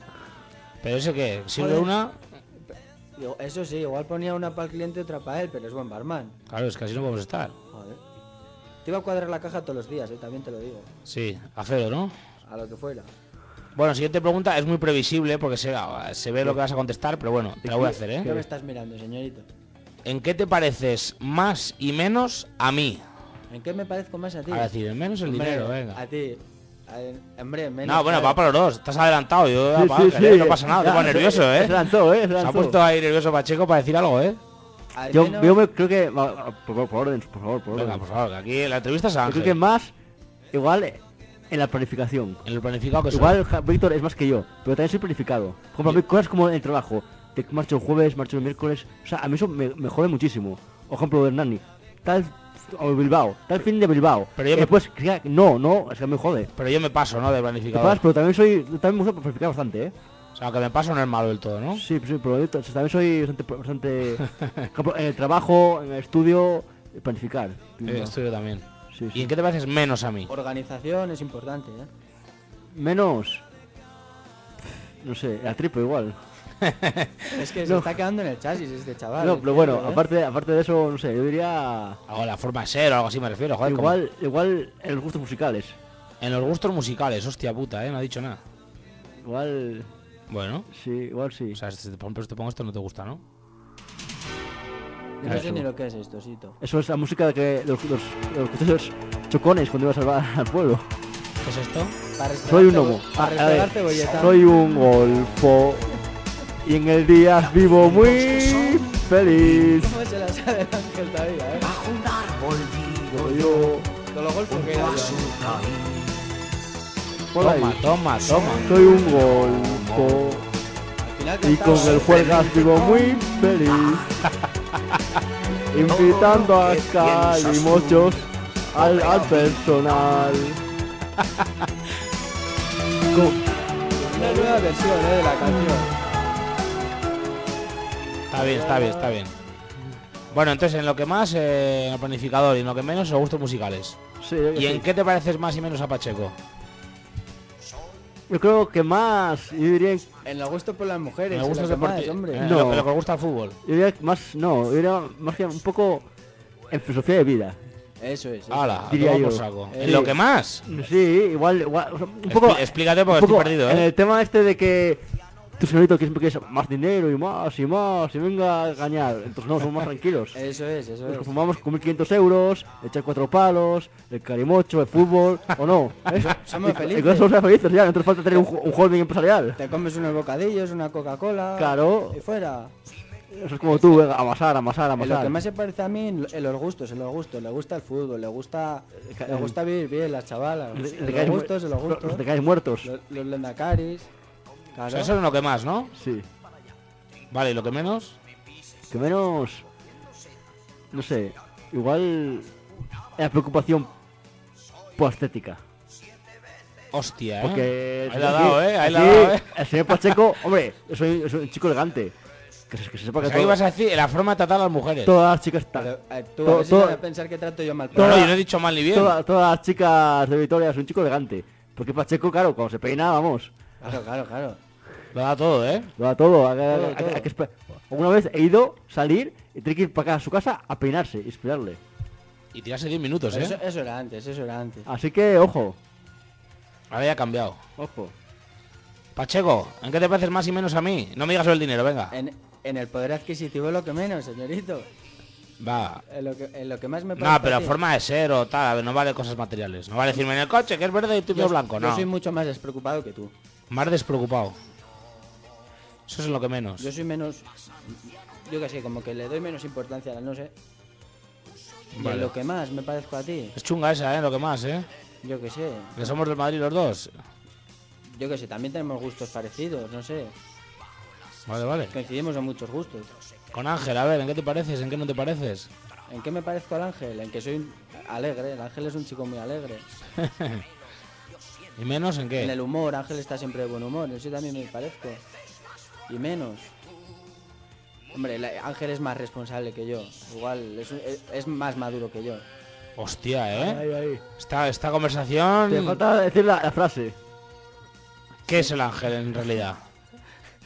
Speaker 3: Pero ese que, sirve
Speaker 2: Joder.
Speaker 3: una...
Speaker 2: Digo, Eso sí, igual ponía una para el cliente y otra para él, pero es buen barman.
Speaker 3: Claro, es que así no podemos estar.
Speaker 2: Joder. Te iba a cuadrar la caja todos los días, eh, también te lo digo.
Speaker 3: Sí, a cero, ¿no?
Speaker 2: A lo que fuera.
Speaker 3: Bueno, siguiente pregunta es muy previsible porque se, se ve lo que vas a contestar, pero bueno, te la voy a hacer,
Speaker 2: ¿Qué me
Speaker 3: ¿eh?
Speaker 2: estás mirando, señorito?
Speaker 3: ¿En qué te pareces más y menos a mí?
Speaker 2: ¿En qué me parezco más a ti?
Speaker 3: A decir, en menos el
Speaker 2: Hombre,
Speaker 3: dinero, venga.
Speaker 2: A ti. A- hombre, menos.
Speaker 3: No, bueno,
Speaker 2: claro.
Speaker 3: va para los dos, estás adelantado, yo
Speaker 1: Sí,
Speaker 3: para
Speaker 1: sí,
Speaker 3: Ángel, ¿eh?
Speaker 1: sí.
Speaker 3: no pasa nada,
Speaker 1: Ya,
Speaker 3: te vas
Speaker 1: se-
Speaker 3: nervioso, ¿eh?
Speaker 1: Se lanzó, eh, se
Speaker 3: Se ha
Speaker 1: lanzó.
Speaker 3: puesto ahí nervioso Pacheco para decir algo, ¿eh?
Speaker 2: Al
Speaker 1: Yo,
Speaker 2: menos-
Speaker 1: yo me creo que... va- Por, por, por orden, por favor, por orden.
Speaker 3: Venga, por favor, que aquí la entrevista es a
Speaker 1: Yo creo
Speaker 3: Ángel.
Speaker 1: que más, igual, eh, en la planificación.
Speaker 3: En el planificado que soy.
Speaker 1: Igual Ja- Víctor es más que yo, pero también soy planificado. Por ejemplo, a mí cosas como el trabajo. Te marcho el jueves, marcho el miércoles. O sea, a mí eso me, me jode muchísimo. Por ejemplo, Hernani. Tal... O Bilbao. Tal fin de Bilbao.
Speaker 3: Pero yo
Speaker 1: Y
Speaker 3: me-
Speaker 1: después, crea- no, no, es que me jode.
Speaker 3: Pero yo me paso, ¿no? De
Speaker 1: Te
Speaker 3: planificador.
Speaker 1: pagas, pero también soy... También me gusta planificar bastante, ¿eh?
Speaker 3: O sea, que me paso no es malo del todo, ¿no?
Speaker 1: Sí, sí, pero yo t- también soy bastante... bastante por ejemplo, en el trabajo, en el estudio, planificar.
Speaker 3: Eh, estoy yo también.
Speaker 1: Sí, sí.
Speaker 3: ¿Y en qué te pareces menos a mí?
Speaker 2: Organización es importante, ¿eh?
Speaker 1: Menos... No sé, a triple igual.
Speaker 2: Es que se
Speaker 1: No.
Speaker 2: está quedando en el chasis este chaval.
Speaker 1: no,
Speaker 2: es
Speaker 1: pero
Speaker 2: cierto,
Speaker 1: bueno,
Speaker 2: ¿eh?
Speaker 1: aparte, aparte de eso, no sé, yo diría...
Speaker 3: O la forma de ser o algo así me refiero, joder. como-
Speaker 1: Igual, igual en los gustos musicales.
Speaker 3: En los gustos musicales, hostia puta, ¿eh? No ha dicho nada.
Speaker 1: Igual
Speaker 3: Bueno.
Speaker 1: sí, igual sí.
Speaker 3: O sea, si te pon- pero si te pongo esto no te gusta, ¿no?
Speaker 2: Yo no sé
Speaker 1: eso.
Speaker 2: ni lo que es esto, Sito.
Speaker 1: Eso es la música que los, los, los costeños chocones cuando iba a salvar al pueblo.
Speaker 3: ¿Qué es esto?
Speaker 2: Para
Speaker 1: Soy un
Speaker 2: restaurar
Speaker 1: lobo.
Speaker 2: cebo-
Speaker 1: Ah,
Speaker 2: Para
Speaker 1: a ver,
Speaker 2: restaurar cebolletas.
Speaker 1: soy un golfo. Y en el día vivo muy feliz.
Speaker 2: ¿Cómo se la sabe el ángel todavía, eh?
Speaker 5: Bajo un árbol vivo
Speaker 1: Yo
Speaker 2: Con los golfos que ¿eh?
Speaker 5: yo
Speaker 1: Ah,
Speaker 5: a
Speaker 2: da.
Speaker 5: su raíz.
Speaker 1: por ahí.
Speaker 3: Toma, toma, toma.
Speaker 1: Soy un golfo.
Speaker 2: Al final
Speaker 1: Y con
Speaker 2: cantaba.
Speaker 1: el juegas vivo muy feliz. Invitando
Speaker 3: Oh,
Speaker 1: a calimochos al, al personal. Co-
Speaker 2: Una nueva versión, eh, de la canción.
Speaker 3: Está bien, está bien, está bien. Bueno, entonces en lo que más, eh, en el planificador y en lo que menos, los gustos musicales.
Speaker 1: Sí, yo,
Speaker 3: ¿Y en
Speaker 1: sí.
Speaker 3: qué te pareces más y menos a Pacheco?
Speaker 1: Yo creo que más, yo diría, yo
Speaker 2: En el gusto por las mujeres.
Speaker 3: Me
Speaker 2: en
Speaker 3: gusta
Speaker 2: las
Speaker 3: el deporte.
Speaker 2: demás, hombre.
Speaker 3: eh,
Speaker 1: No.
Speaker 3: lo, que- lo que gusta el fútbol.
Speaker 1: diría que más, no, yo diría más que un poco en filosofía de vida.
Speaker 2: Eso es. eso.
Speaker 3: Hala, a
Speaker 1: Diría
Speaker 3: tomar por
Speaker 1: yo.
Speaker 3: saco.
Speaker 1: Eh,
Speaker 3: ¿En lo que más?
Speaker 1: Sí, igual, igual, o sea, un poco...
Speaker 3: Expli- explícate porque
Speaker 1: un poco
Speaker 3: estoy perdido,
Speaker 1: En
Speaker 3: ¿eh?
Speaker 1: el tema este de que tu señorito que siempre quieres más dinero y más y más y venga a engañar, entonces no, somos más tranquilos.
Speaker 2: Eso es, eso
Speaker 1: Nos
Speaker 2: es.
Speaker 1: conformamos con 1500 euros, echar cuatro palos, el carimocho, el fútbol, o no. ¿eh?
Speaker 2: Somos
Speaker 1: Y- y
Speaker 2: felices.
Speaker 1: con eso somos felices ya, no te falta tener un, jo- un holding empresarial.
Speaker 2: Te comes unos bocadillos, una Coca-Cola.
Speaker 1: Claro.
Speaker 2: Y fuera.
Speaker 1: Eso es como tú, venga, amasar, amasar,
Speaker 2: En lo
Speaker 1: amasar.
Speaker 2: que más se parece a mí, en en los gustos, en los gustos. Le gusta el fútbol, le gusta,
Speaker 1: ca-
Speaker 2: le gusta vivir bien las chavalas.
Speaker 1: Le-
Speaker 2: En
Speaker 1: le
Speaker 2: los
Speaker 1: caes mu-
Speaker 2: gustos, en los
Speaker 1: los-
Speaker 2: gustos.
Speaker 1: Te caes muertos.
Speaker 2: Los, los lendacaris. Claro.
Speaker 3: O sea, eso es en lo que más, ¿no?
Speaker 1: Sí.
Speaker 3: Vale, ¿y lo que menos?
Speaker 1: Que menos... No sé, igual... La preocupación poestética.
Speaker 3: Hostia, ¿eh?
Speaker 1: Porque...
Speaker 3: Ahí la ha
Speaker 1: aquí-
Speaker 3: dado, ¿eh? Ahí la ha
Speaker 1: aquí,
Speaker 3: dado, ¿eh?
Speaker 1: El señor Pacheco, hombre, yo soy, yo soy un chico elegante. Que se, que se sepa
Speaker 3: O
Speaker 1: que
Speaker 3: sea, ¿qué
Speaker 1: todo-
Speaker 3: ibas a decir? La forma de tratar Pues a las mujeres.
Speaker 1: todas las chicas... ta-
Speaker 2: Pero, eh, tú
Speaker 1: Todo-
Speaker 2: a ver si
Speaker 1: todo-
Speaker 2: vas a pensar que trato yo mal.
Speaker 3: No, no,
Speaker 1: toda-
Speaker 3: yo no he dicho mal ni bien.
Speaker 1: Toda- todas las chicas de Vitoria es un chico elegante. Porque Pacheco, claro, cuando se peina, vamos,
Speaker 2: Claro, claro, claro.
Speaker 3: Lo da todo, ¿eh?
Speaker 1: lo da todo. Hay, hay- hay-
Speaker 2: todo.
Speaker 1: hay que esper- Una vez he ido salir y tenía que ir para acá a su casa a peinarse y esperarle.
Speaker 3: Y tirarse 10 minutos,
Speaker 2: Pero eso,
Speaker 3: ¿eh?
Speaker 2: eso era
Speaker 3: Ah.
Speaker 2: antes, eso era antes.
Speaker 1: Así que, ojo,
Speaker 3: Ahora ya ha cambiado.
Speaker 1: ojo.
Speaker 3: Pacheco, ¿en qué te pareces más y menos a mí? No me digas sobre el dinero, venga.
Speaker 2: En, en el poder adquisitivo lo que menos, señorito.
Speaker 3: Va.
Speaker 2: En lo que, en lo que más me parece
Speaker 3: No, pero
Speaker 2: a ti.
Speaker 3: forma de ser o tal, a ver, no vale cosas materiales. No vale decirme en el coche que es verde y tú
Speaker 2: Yo-
Speaker 3: blanco,
Speaker 2: Yo
Speaker 3: no.
Speaker 2: soy mucho más despreocupado que tú.
Speaker 3: Más despreocupado. Eso es lo que menos.
Speaker 2: Yo soy menos. Yo qué sé, como que le doy menos importancia a la no sé. Y
Speaker 3: Vale.
Speaker 2: en lo que más me parezco a ti,
Speaker 3: Es chunga esa, ¿eh? Lo que más, ¿eh?
Speaker 2: yo qué sé.
Speaker 3: Que somos del Madrid los dos.
Speaker 2: Yo qué sé, también tenemos gustos parecidos, no sé.
Speaker 3: Vale, vale.
Speaker 2: Coincidimos en muchos gustos.
Speaker 3: Con Ángel, a ver, ¿en qué te pareces? ¿En qué no te pareces?
Speaker 2: ¿En qué me parezco al ángel? En que soy un- alegre. El ángel es un chico muy alegre.
Speaker 3: ¿Y menos en
Speaker 2: En
Speaker 3: qué?
Speaker 2: el humor, Ángel está siempre de buen humor. Eso también me parezco. Y menos. Hombre, la- Ángel es más responsable que yo. Igual, es, un- es- es más maduro que yo.
Speaker 3: Hostia, ¿eh?
Speaker 1: Ahí, ahí.
Speaker 3: Esta, esta
Speaker 1: Te
Speaker 3: conversación...
Speaker 1: falta decir la, la frase.
Speaker 3: ¿Qué es el ángel en realidad?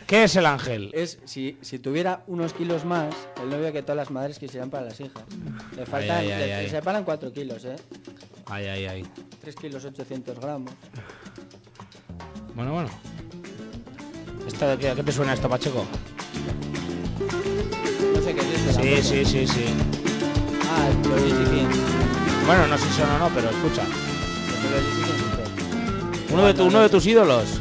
Speaker 3: ¿Qué es el ángel?
Speaker 2: Es, si, si tuviera unos kilos más, el novio que todas las madres quisieran para las hijas. Le faltan,
Speaker 3: ay, ay,
Speaker 2: le,
Speaker 3: ay.
Speaker 2: le separan 4 kilos, ¿eh?
Speaker 3: Ay, ay, ay.
Speaker 2: 3 kilos 800 gramos.
Speaker 3: Bueno, bueno. ¿Esta de qué, ¿A qué te suena esto, Pacheco?
Speaker 2: No sé qué es esto.
Speaker 3: Sí,
Speaker 2: tampoco.
Speaker 3: sí, sí, sí.
Speaker 2: Ah, el Prodigy King.
Speaker 3: Bueno, no sé si son o no, pero escucha.
Speaker 2: El Prodigy King es este.
Speaker 3: Uno de, tu- uno de tus ídolos.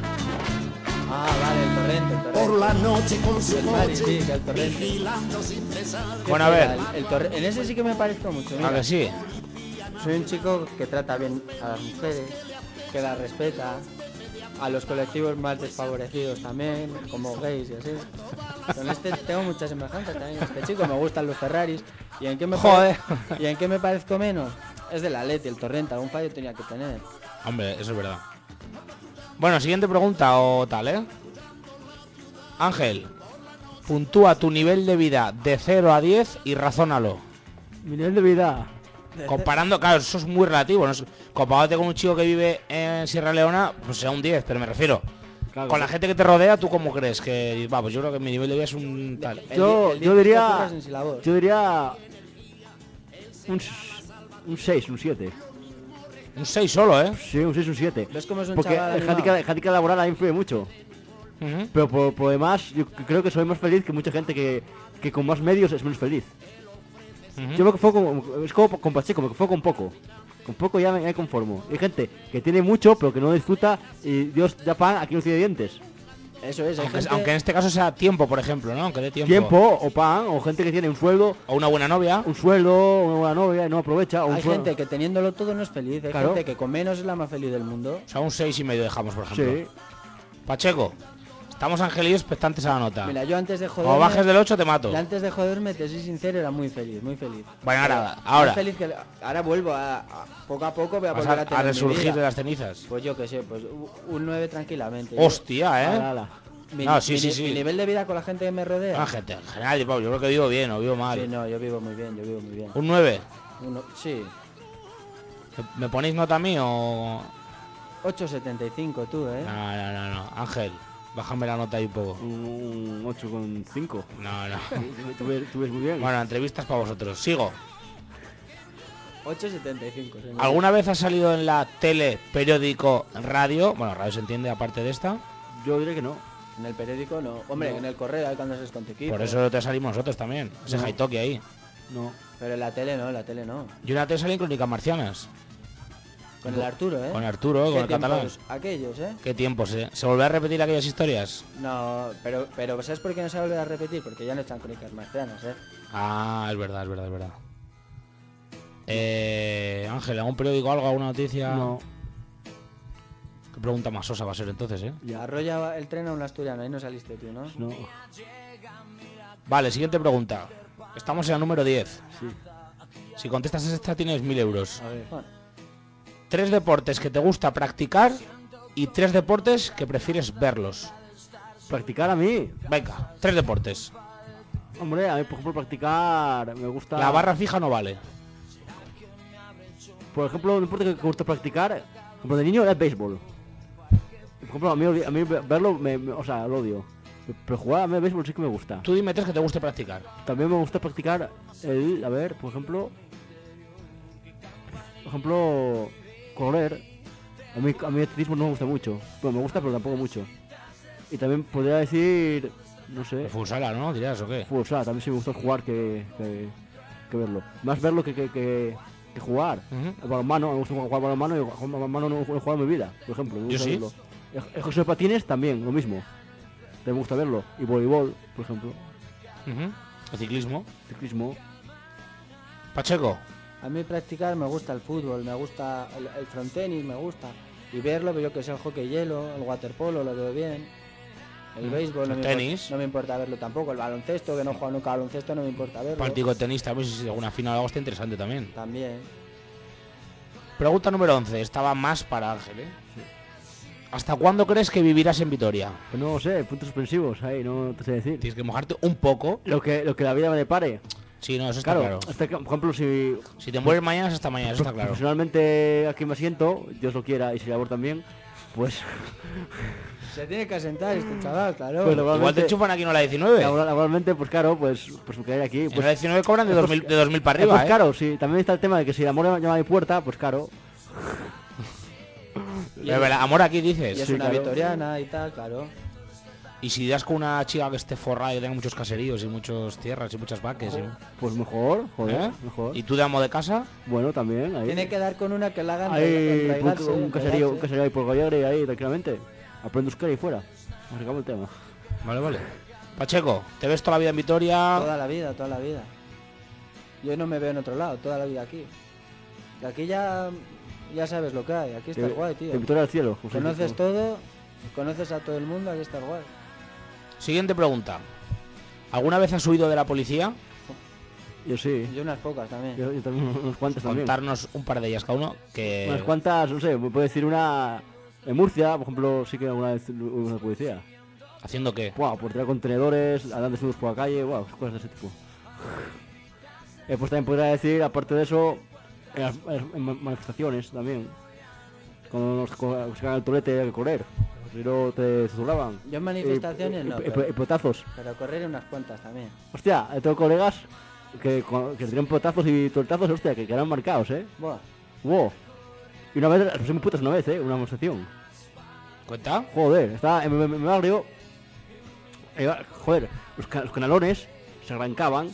Speaker 2: Ah, vale, el torrente, el torrente.
Speaker 5: Por la noche con su
Speaker 2: El Mari,
Speaker 5: coche,
Speaker 2: sí, que el torrente.
Speaker 3: Bueno, a ver.
Speaker 2: El- el torre- En ese sí que me parezco mucho.
Speaker 3: A
Speaker 2: mira.
Speaker 3: que sí.
Speaker 2: Soy un chico que trata bien a las mujeres, que las respeta, a los colectivos más desfavorecidos también, como gays y así. Con este tengo muchas semejanzas también. con Este chico me gustan los Ferraris. ¿Y en qué me,
Speaker 3: Joder.
Speaker 2: pare- ¿y en qué me parezco menos? Es de la Leti, el Torrente, algún fallo tenía que tener.
Speaker 3: Hombre, eso es verdad. Bueno, siguiente pregunta o tal, ¿eh? Ángel, puntúa tu nivel de vida de 0 a 10 y razónalo.
Speaker 1: Mi nivel de vida.
Speaker 3: Comparando, claro, eso es muy relativo. ¿no? Es- Comparándote con un chico que vive en Sierra Leona, pues sea un 10, pero me refiero.
Speaker 1: Claro.
Speaker 3: Con la gente que te rodea, ¿tú cómo crees? Que, vamos, yo creo que mi nivel de vida es un tal. eh,
Speaker 2: El
Speaker 1: Yo-
Speaker 2: di- el
Speaker 1: yo
Speaker 2: di-
Speaker 1: diría-
Speaker 2: te fijas en si la voz.
Speaker 1: Yo diría. Un, s- un 6, un 7.
Speaker 3: Un 6 solo, ¿eh?
Speaker 1: Sí, un 6, un 7.
Speaker 2: ¿Ves cómo es un
Speaker 1: Porque
Speaker 2: chaval
Speaker 1: el
Speaker 2: animado?
Speaker 1: handicap, el handicap laboral ahí influye mucho.
Speaker 3: Ujú.
Speaker 1: Pero por, por lo demás, yo c- creo que soy más feliz que mucha gente que, que con más medios es menos feliz.
Speaker 3: Ujú.
Speaker 1: Yo me conformo con, es como con Pacheco, me conformo con poco. Con poco ya me, ya me conformo. Hay gente que tiene mucho pero que no disfruta y Dios da pan a quien no tiene dientes.
Speaker 2: Eso es, hay
Speaker 3: Aunque,
Speaker 2: gente-
Speaker 3: aunque en este caso sea tiempo, por ejemplo, ¿no? Aunque dé tiempo.
Speaker 1: Tiempo o pan o gente que tiene un sueldo,
Speaker 3: O una buena novia.
Speaker 1: un sueldo, una buena novia y no aprovecha. O un
Speaker 2: hay
Speaker 1: sueldo-
Speaker 2: gente que teniéndolo todo no es feliz, hay
Speaker 1: Claro.
Speaker 2: gente que con menos es la más feliz del mundo.
Speaker 3: O sea, un 6 y medio dejamos, por ejemplo.
Speaker 1: Sí.
Speaker 3: Pacheco, estamos angelillos expectantes a la nota.
Speaker 2: Mira, yo antes de joder.
Speaker 3: Como bajes del 8 te mato.
Speaker 2: Yo antes de joderme, te soy sincero, era muy feliz, muy feliz.
Speaker 3: Bueno, ahora-
Speaker 2: Era muy
Speaker 3: ahora.
Speaker 2: feliz que- ahora vuelvo a, a- Poco a poco voy a
Speaker 3: Vas
Speaker 2: volver
Speaker 3: a,
Speaker 2: a, tener
Speaker 3: a
Speaker 2: mi
Speaker 3: resurgir
Speaker 2: vida.
Speaker 3: de las cenizas.
Speaker 2: Pues yo qué sé, pues u- un 9 tranquilamente. Yo-
Speaker 3: Hostia, ¿eh?
Speaker 1: Ala, ala.
Speaker 2: mi,
Speaker 3: no, sí,
Speaker 2: mi-
Speaker 3: sí, sí.
Speaker 2: mi nivel de vida con la gente que me rodea.
Speaker 3: Ah, gente, en general, yo yo creo que vivo bien o vivo mal.
Speaker 2: Sí, no, yo vivo muy bien, yo vivo muy bien.
Speaker 3: Un 9.
Speaker 2: Uno, sí,
Speaker 3: ¿Me ponéis nota a mí o...?
Speaker 2: 8.75 tú, ¿eh?
Speaker 3: No, no, no, no. Ángel, bájame la nota ahí un poco.
Speaker 1: Un 8,5.
Speaker 3: No, no.
Speaker 1: Tú ves, tú ves muy bien.
Speaker 3: Bueno, entrevistas para vosotros. Sigo.
Speaker 2: 8.75, señor.
Speaker 3: ¿Alguna vez ha salido en la tele, periódico, radio? Bueno, radio se entiende aparte de esta.
Speaker 1: Yo diré que no.
Speaker 2: En el periódico no. Hombre, en el correo hay cuando haces con tu equipo.
Speaker 3: Por eso te salimos nosotros también. Ese
Speaker 1: No.
Speaker 3: Haitoki ahí.
Speaker 1: No.
Speaker 2: Pero en la tele no, en la tele no.
Speaker 3: Yo en la tele salí en Crónicas Marcianas.
Speaker 2: Con el Arturo, ¿eh?
Speaker 3: Con Arturo,
Speaker 2: ¿Qué
Speaker 3: con el catalán.
Speaker 2: tiempos aquellos, ¿eh?
Speaker 3: ¿Qué tiempos, eh? ¿Se volverá a repetir aquellas historias?
Speaker 2: No, pero, pero ¿sabes por qué no se vuelve a repetir? Porque ya no están crónicas marcianas, ¿eh?
Speaker 3: Ah, es verdad, es verdad, es verdad. Eh, Ángel, ¿algún periódico, algo, alguna noticia?
Speaker 1: No.
Speaker 3: Qué pregunta más sosa va a ser entonces, ¿eh?
Speaker 1: Ya.
Speaker 2: Arrolla el tren a un asturiano, ahí no saliste tú, ¿no?
Speaker 1: No.
Speaker 3: Vale, siguiente pregunta. Estamos en la número 10.
Speaker 1: Sí.
Speaker 3: Si contestas esta tienes 1000 euros.
Speaker 1: A ver.
Speaker 2: Bueno,
Speaker 3: Tres deportes que te gusta practicar y tres deportes que prefieres verlos.
Speaker 1: Practicar a mí.
Speaker 3: Venga, tres deportes.
Speaker 1: Hombre, a mí por ejemplo practicar me gusta.
Speaker 3: La barra fija no vale.
Speaker 1: Por ejemplo, un deporte que me gusta practicar, por ejemplo, de niño era el béisbol. Por ejemplo, a mí, a mí verlo, me- me- o sea, lo odio. Pero jugar a mí al béisbol sí que me gusta.
Speaker 3: Tú dime tres que te guste practicar.
Speaker 1: También me gusta practicar el, a ver, por ejemplo, por ejemplo, correr. A mí, a mí el atletismo no me gusta mucho. Bueno, me gusta, pero tampoco mucho. Y también podría decir, no sé,
Speaker 3: El Fusala, ¿no? Dirás, ¿o qué?
Speaker 1: o sea, también sí me gusta jugar que, que, que verlo. Más verlo que, que, que- que jugar.
Speaker 3: Ujú.
Speaker 1: El balonmano, me gusta jugar balonmano y el balonmano no lo he jugado en mi vida, por ejemplo. me
Speaker 3: Yo
Speaker 1: gusta
Speaker 3: sí.
Speaker 1: verlo. El- el José Patines también, lo mismo. También me gusta verlo. Y voleibol, por ejemplo.
Speaker 3: Ujú. El ciclismo.
Speaker 1: Ciclismo.
Speaker 3: Pacheco.
Speaker 2: A mí practicar me gusta el fútbol, me gusta el, el frontenis, me gusta. Y verlo, pero yo que sé, el hockey hielo, el waterpolo, lo veo bien. El béisbol, no
Speaker 3: Mm. el
Speaker 2: me
Speaker 3: tenis.
Speaker 2: impor- no me importa verlo tampoco. El baloncesto, que no juego nunca a baloncesto, no me importa verlo.
Speaker 3: Partido de tenis también, si alguna final o algo está interesante también.
Speaker 2: También.
Speaker 3: Pregunta número 11. Estaba más para Ángel, ¿eh? ¿Hasta cuándo crees que vivirás en Vitoria?
Speaker 1: Pues no sé, puntos suspensivos ahí, no te sé decir.
Speaker 3: Tienes que mojarte un poco.
Speaker 1: Lo que, lo que la vida me depare.
Speaker 3: Sí, no, eso está
Speaker 1: Claro,
Speaker 3: claro.
Speaker 1: hasta que, por ejemplo, si
Speaker 3: Si te mueres mañana es hasta mañana, eso está
Speaker 1: pues,
Speaker 3: claro.
Speaker 1: profesionalmente aquí me siento, Dios lo quiera y si labor también, pues
Speaker 2: Se tiene que asentar este chaval, claro.
Speaker 1: Pues lo va-
Speaker 3: Igual
Speaker 1: Probablemente-
Speaker 3: te enchufan aquí en la 19.
Speaker 1: laboral- laboralmente, pues claro, pues, pues me quedaré aquí.
Speaker 3: En
Speaker 1: Pues,
Speaker 3: la 19 cobran de 2000 de 2000 para
Speaker 1: Eh, pues
Speaker 3: arriba, ¿eh?
Speaker 1: claro, sí, también está el tema de que si el amor llama a mi puerta, pues claro.
Speaker 3: Pero, pero, amor aquí
Speaker 2: y es
Speaker 3: dices.
Speaker 1: sí,
Speaker 2: una
Speaker 1: claro.
Speaker 2: vitoriana y tal, claro.
Speaker 3: Y si das con una chica que esté forrada y tenga muchos caseríos y muchas tierras y muchas vaques. ¿eh?
Speaker 1: Pues mejor, joder,
Speaker 3: ¿Eh?
Speaker 1: mejor.
Speaker 3: ¿Y tú de amo de casa?
Speaker 1: Bueno, también, ahí.
Speaker 2: Tiene que dar con una que la ¿eh? hagan
Speaker 1: Ahí,
Speaker 2: enraigarse,
Speaker 1: punto- un, caserío, un
Speaker 2: enraigarse.
Speaker 1: caserío ahí por Goyagre, ahí tranquilamente. Aprendo euskera y fuera. Nos acabó el tema.
Speaker 3: Vale, vale. Pacheco, te ves toda la vida en Vitoria.
Speaker 2: Toda la vida, toda la vida. Yo no me veo en otro lado, toda la vida aquí. Y Aquí ya, ya sabes lo que hay, aquí estás
Speaker 1: De-
Speaker 2: guay, tío.
Speaker 1: Eh, de Victoria al cielo. José
Speaker 2: Conoces
Speaker 1: Luis.
Speaker 2: todo, conoces a todo el mundo, aquí estás guay.
Speaker 3: Siguiente pregunta. ¿Alguna vez has huido de la policía?
Speaker 1: Yo sí.
Speaker 2: Y unas pocas también.
Speaker 1: Yo, yo también, unos cuantos Pues también.
Speaker 3: Contarnos un par de ellas cada uno. Que...
Speaker 1: Unas cuantas, no sé, me puedo decir una. En Murcia, por ejemplo, sí que alguna vez hubo una policía.
Speaker 3: ¿Haciendo qué?
Speaker 1: Buah, por tirar contenedores, andar desnudos por la calle, buah, cosas de ese tipo. Eh, pues también podría decir, aparte de eso, en, las- en las- en ma- manifestaciones también. Cuando nos co- nos sacaban el tolete a correr, si no te censuraban.
Speaker 2: Yo en manifestaciones
Speaker 1: Y- y-
Speaker 2: no,
Speaker 1: y-
Speaker 2: pero-
Speaker 1: y pelotazos.
Speaker 2: Pero correr unas cuantas también.
Speaker 1: Hostia, eh, tengo colegas que, co- que tenían pelotazos y toletazos, hostia, que quedaron marcados, eh.
Speaker 2: Buah,
Speaker 1: Wow. Y una vez, las puse muy putas una vez, eh, una manifestación.
Speaker 3: ¿Cuenta?
Speaker 1: Joder, estaba en mi- mi mi barrio. iba- Joder, los, ca- los canalones se arrancaban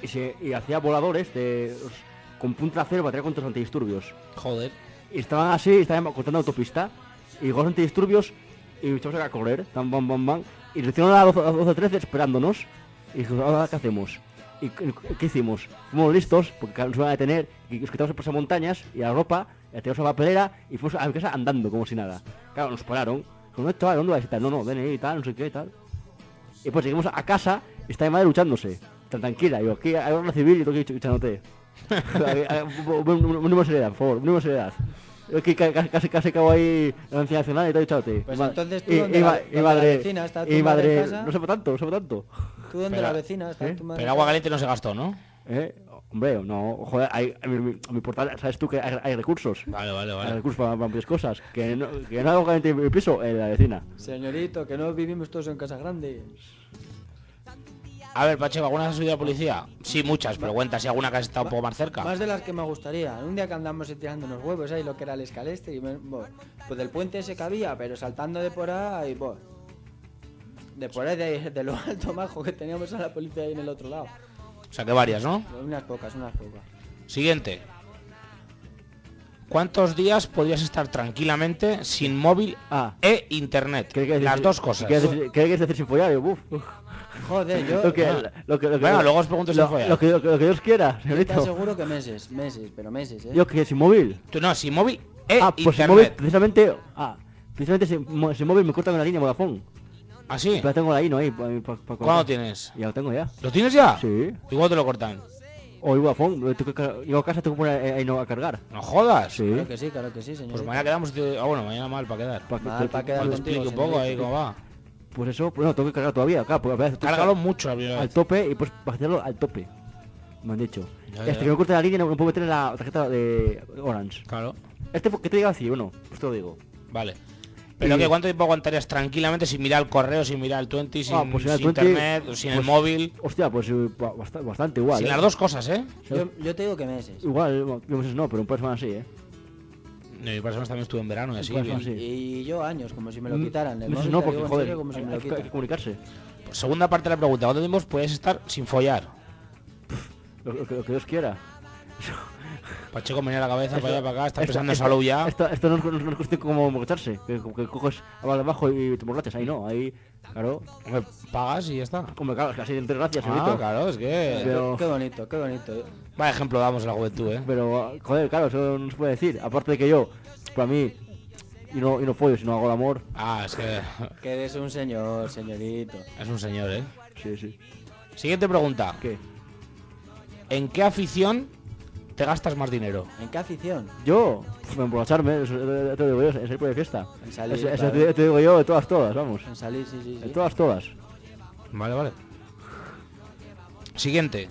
Speaker 1: y, se, y hacía voladores de, los- con punta de acero para tirar contra los antidisturbios.
Speaker 3: Joder.
Speaker 1: Y estaban así, y estaban cortando autopista. Y llegó los antidisturbios y echamos a correr, tan bam bam bam. Y nos hicieron a las 12-13 esperándonos. Y dijimos, ahora qué hacemos. ¿Y qué qué hicimos? Fuimos listos, porque nos iban a detener, y nos quitamos el pasamontañas y la ropa, y la tiramos a la papelera y fuimos a mi casa andando como si nada. Claro, nos pararon. Dijo, no, chaval, ¿dónde vais? Y tal, no, no, ven ahí y tal, no sé qué y tal. Y pues llegamos a casa y está mi madre luchándose. Tan tranquila, yo, aquí hay una civil y tengo que ir luchándote. Una seriedad, por favor, una seriedad. Yo aquí ca- ca- casi casi acabo ahí en la Anciana nacional y te he echado
Speaker 2: Pues entonces tú donde la- donde la vecina está tu
Speaker 1: y
Speaker 2: madre en
Speaker 1: madre,
Speaker 2: casa.
Speaker 1: no sepa tanto, no sepa tanto.
Speaker 2: tú donde
Speaker 3: Pero-
Speaker 2: la vecina está
Speaker 1: ¿Eh?
Speaker 2: tu madre.
Speaker 3: Pero agua caliente no se gastó, ¿no?
Speaker 1: ¿Eh? Hombre, no, joder, hay, a, mi, mi- a mi portal, sabes tú que hay, hay recursos.
Speaker 3: Vale, vale,
Speaker 1: Hay
Speaker 3: vale.
Speaker 1: recursos para, para muchas cosas. Que no, que no hago caliente mi piso, en la vecina.
Speaker 2: Señorito, que no vivimos todos en casa grande.
Speaker 3: A ver, Pacheco, ¿alguna vez has huido de la policía? Sí, muchas, pero cuenta si alguna que has estado un poco más cerca.
Speaker 2: Más de las que me gustaría. Un día que andamos tirando unos huevos ahí, lo que era el escalestre, y me- bo, pues del puente se cabía, pero saltando de por ahí, bo, de por ahí, de, de lo alto majo que teníamos a la policía ahí en el otro lado.
Speaker 3: O sea, que varias, ¿no?
Speaker 2: Unas pocas, unas pocas.
Speaker 3: Siguiente. ¿Cuántos días podrías estar tranquilamente sin móvil
Speaker 1: Ah.
Speaker 3: e internet?
Speaker 1: ¿Qué- qué decir-
Speaker 3: Las dos cosas.
Speaker 1: ¿Qué quieres decir- qué quieres decir sin follar? Yo, uf.
Speaker 2: Joder, yo
Speaker 1: Lo que-
Speaker 2: yo
Speaker 1: lo que- lo que-
Speaker 3: Venga, luego os pregunto sin
Speaker 1: lo-
Speaker 3: follar.
Speaker 1: Lo que, lo que- lo que Dios quiera,
Speaker 2: te
Speaker 1: señorito.
Speaker 2: aseguro que meses, meses, pero meses, ¿eh?
Speaker 1: Yo que sin móvil.
Speaker 3: Tú no, sin móvil e
Speaker 1: ah, pues sin móvil,
Speaker 3: internet.
Speaker 1: precisamente. Ah, precisamente sin, mo- sin móvil me cortan la línea Vodafone.
Speaker 3: ¿Así?
Speaker 1: Pero tengo la INO ahí. Pa, pa- pa-
Speaker 3: ¿Cuándo tienes?
Speaker 1: Ya lo tengo ya.
Speaker 3: ¿Lo tienes ya?
Speaker 1: Sí.
Speaker 3: Igual te lo cortan.
Speaker 1: Hoy Vodafone, lo tengo que car- llego a casa tengo que poner eh, INO a cargar.
Speaker 3: No jodas.
Speaker 1: Sí.
Speaker 2: Claro que sí, claro que sí, señor.
Speaker 3: Pues mañana quedamos. tío. Ah, bueno, mañana mal para quedar.
Speaker 1: Pa- que-
Speaker 2: Mal, pa' quedar
Speaker 3: Cuando
Speaker 2: contigo,
Speaker 3: explique un
Speaker 2: señorito.
Speaker 3: poco ahí cómo va.
Speaker 1: Pues eso, pues no, tengo que cargar todavía. Claro, porque a veces tú
Speaker 3: Cárgalo
Speaker 1: cargas
Speaker 3: mucho la primera
Speaker 1: al
Speaker 3: vez.
Speaker 1: tope y pues para hacerlo al tope. Me han dicho.
Speaker 3: Ya,
Speaker 1: Y hasta
Speaker 3: ya.
Speaker 1: que me corte la línea no, no puedo meter la tarjeta de Orange.
Speaker 3: Claro.
Speaker 1: Este, fue- ¿qué te diga así? Bueno, pues te lo digo.
Speaker 3: Vale. Pero
Speaker 1: Y-
Speaker 3: que cuánto tiempo aguantarías tranquilamente sin mirar el correo, sin mirar el 20, sin,
Speaker 1: Ah, pues sin el
Speaker 3: sin
Speaker 1: 20,
Speaker 3: internet, sin el
Speaker 1: pues,
Speaker 3: móvil,
Speaker 1: Hostia, pues eh, ba- bast- bastante igual.
Speaker 3: sin
Speaker 1: ¿eh?
Speaker 3: las dos cosas, ¿eh?
Speaker 2: Yo, yo te digo que meses.
Speaker 1: eh. Igual, bueno, yo no sé si no, pero un par de semanas sí, ¿eh?
Speaker 3: No, yo para eso también estuve en verano y así.
Speaker 1: Pues,
Speaker 3: bien.
Speaker 1: sí. Mm.
Speaker 2: Y yo años, como si me lo quitaran. El
Speaker 1: No,
Speaker 2: móvil
Speaker 1: no,
Speaker 2: te
Speaker 1: porque
Speaker 2: digo en
Speaker 1: joder,
Speaker 2: serio, como si me
Speaker 1: hay,
Speaker 2: lo
Speaker 1: hay que- hay que
Speaker 2: quitan.
Speaker 1: comunicarse.
Speaker 3: Pues, segunda parte de la pregunta. ¿Cuánto tiempo puedes estar sin follar?
Speaker 1: Lo, lo que- lo que Dios quiera.
Speaker 3: Pacheco me viene a la cabeza, para allá, para acá, está
Speaker 1: Esto-
Speaker 3: pensando en
Speaker 1: esto-
Speaker 3: salud ya.
Speaker 1: Esto, esto no, es, no es- no es cuestión como emborracharse, que, que coges agua debajo y te emborrachas. Ahí no, ahí, claro,
Speaker 3: Hombre, pagas y ya está.
Speaker 1: como claro, es que así entre gracias,
Speaker 3: Ah,
Speaker 1: Evito.
Speaker 3: claro, es
Speaker 1: Eh,
Speaker 3: que...
Speaker 1: Pero-
Speaker 2: Qué bonito, qué bonito.
Speaker 3: Vaya ejemplo damos a la juventud, ¿eh?
Speaker 1: Pero, joder, claro, eso no se puede decir. Aparte de que yo, para mí, y no, y no follo, sino hago el amor.
Speaker 3: Ah, es que
Speaker 2: Que eres un señor, señorito.
Speaker 3: es un señor, ¿eh?
Speaker 1: Sí, sí.
Speaker 3: Siguiente pregunta.
Speaker 1: ¿Qué?
Speaker 3: ¿En qué afición te gastas más dinero?
Speaker 2: ¿En qué afición?
Speaker 1: Yo, me emborracharme, eso, eh, te lo digo yo, en salir por de fiesta.
Speaker 2: En salir,
Speaker 1: Eso- eso
Speaker 2: claro.
Speaker 1: te, te digo yo de todas, todas, vamos.
Speaker 2: En salir, sí, sí,
Speaker 1: De
Speaker 2: sí.
Speaker 1: todas, todas.
Speaker 3: Vale, vale. Siguiente.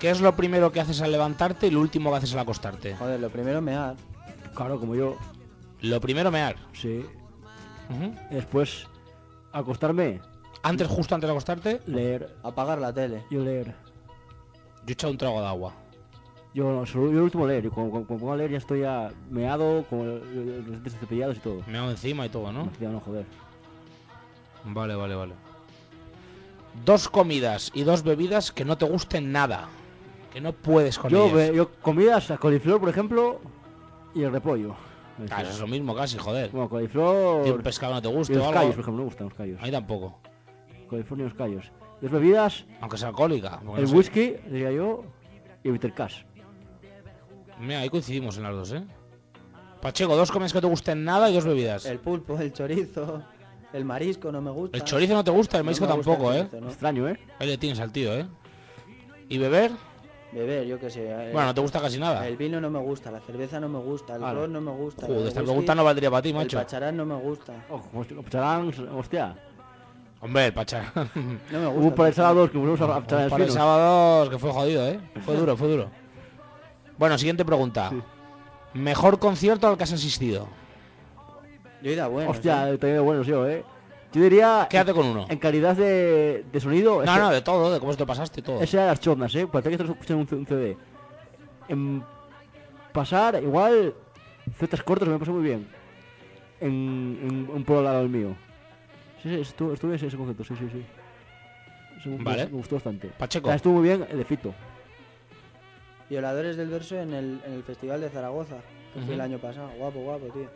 Speaker 3: ¿Qué es lo primero que haces al levantarte y lo último que haces al acostarte?
Speaker 2: Joder, lo primero mear.
Speaker 1: Claro, como yo,
Speaker 3: Lo primero mear.
Speaker 1: sí.
Speaker 3: Ujú.
Speaker 1: Después, acostarme,
Speaker 3: Antes, justo antes de acostarte,
Speaker 1: leer.
Speaker 2: Apagar la tele.
Speaker 1: Yo leer.
Speaker 3: yo he echado un trago de agua.
Speaker 1: Yo, no, solo- yo el último leer. Y cuando, cuando, cuando pongo a leer ya estoy ya meado, con eh, los dientes cepillados y todo.
Speaker 3: Me hago encima y todo, ¿no?
Speaker 1: Ya no, joder.
Speaker 3: Vale, vale, vale. Dos comidas y dos bebidas que no te gusten nada. Que no puedes con
Speaker 1: Yo,
Speaker 3: ellas.
Speaker 1: eh, yo comidas, a coliflor, por ejemplo, y el repollo.
Speaker 3: Claro, es lo mismo casi, joder.
Speaker 1: Bueno, coliflor...
Speaker 3: Y un pescado no te
Speaker 1: Y
Speaker 3: gusta o
Speaker 1: los callos, por
Speaker 3: algo.
Speaker 1: ejemplo, me gustan los callos.
Speaker 3: A mí tampoco.
Speaker 1: California y los callos. Dos bebidas,
Speaker 3: Aunque sea alcohólica. porque
Speaker 1: el
Speaker 3: no sé.
Speaker 1: whisky, diría yo, y el bitter cash.
Speaker 3: Mira, ahí coincidimos en las dos, ¿eh? Pacheco, dos comidas que no te gusten nada y dos bebidas.
Speaker 2: El
Speaker 3: El,
Speaker 2: pulpo, el chorizo, el marisco no me gusta.
Speaker 3: chorizo no te gusta, el
Speaker 2: No
Speaker 3: marisco
Speaker 2: me gusta el
Speaker 3: tampoco, ¿eh?
Speaker 2: chorizo, ¿no?
Speaker 1: Extraño, ¿eh?
Speaker 3: Ahí le tienes al tío, ¿eh? ¿Y beber?
Speaker 2: Beber, yo qué sé. eh,
Speaker 3: Bueno, no te gusta casi nada.
Speaker 2: El vino no me gusta, la cerveza no me gusta, el
Speaker 1: Ala.
Speaker 2: ron no me gusta.
Speaker 3: Joder,
Speaker 2: el
Speaker 3: esta
Speaker 2: whisky,
Speaker 3: pregunta no valdría para ti,
Speaker 2: El
Speaker 3: macho.
Speaker 2: pacharán no me gusta.
Speaker 1: Ojo, hostia, Pacharán, hostia.
Speaker 3: Hombre, el pachar.
Speaker 2: No me
Speaker 1: Hubo
Speaker 2: gusta.
Speaker 1: un par de sábados que volvimos a pacharán
Speaker 3: Para el
Speaker 1: espinos.
Speaker 3: sábado que fue jodido, ¿eh? Fue duro, fue duro. Bueno, siguiente pregunta. Mejor concierto al que has asistido.
Speaker 2: Yo he ido a bueno.
Speaker 1: Hostia, eh. también de buenos yo, ¿eh? Yo diría,
Speaker 3: Quédate con uno.
Speaker 2: Eh,
Speaker 1: en calidad de, de sonido,
Speaker 3: No, no, de todo, de cómo te lo pasaste y todo.
Speaker 1: ese era las chornas, ¿eh? Para que estás escuchando un, C- un CD. En pasar, igual, ciertas cortas me pasó muy bien. En, en un pueblo al lado del mío. Sí, sí, estuve, estuve ese, ese concepto, sí, sí, sí. Ese me-
Speaker 3: Vale.
Speaker 1: Me gustó bastante.
Speaker 3: Pacheco.
Speaker 1: También estuvo muy bien el de Fito.
Speaker 2: Violadores del verso en el, en el Festival de Zaragoza, que fui
Speaker 3: Ujú.
Speaker 2: el año pasado. Guapo, guapo, tío.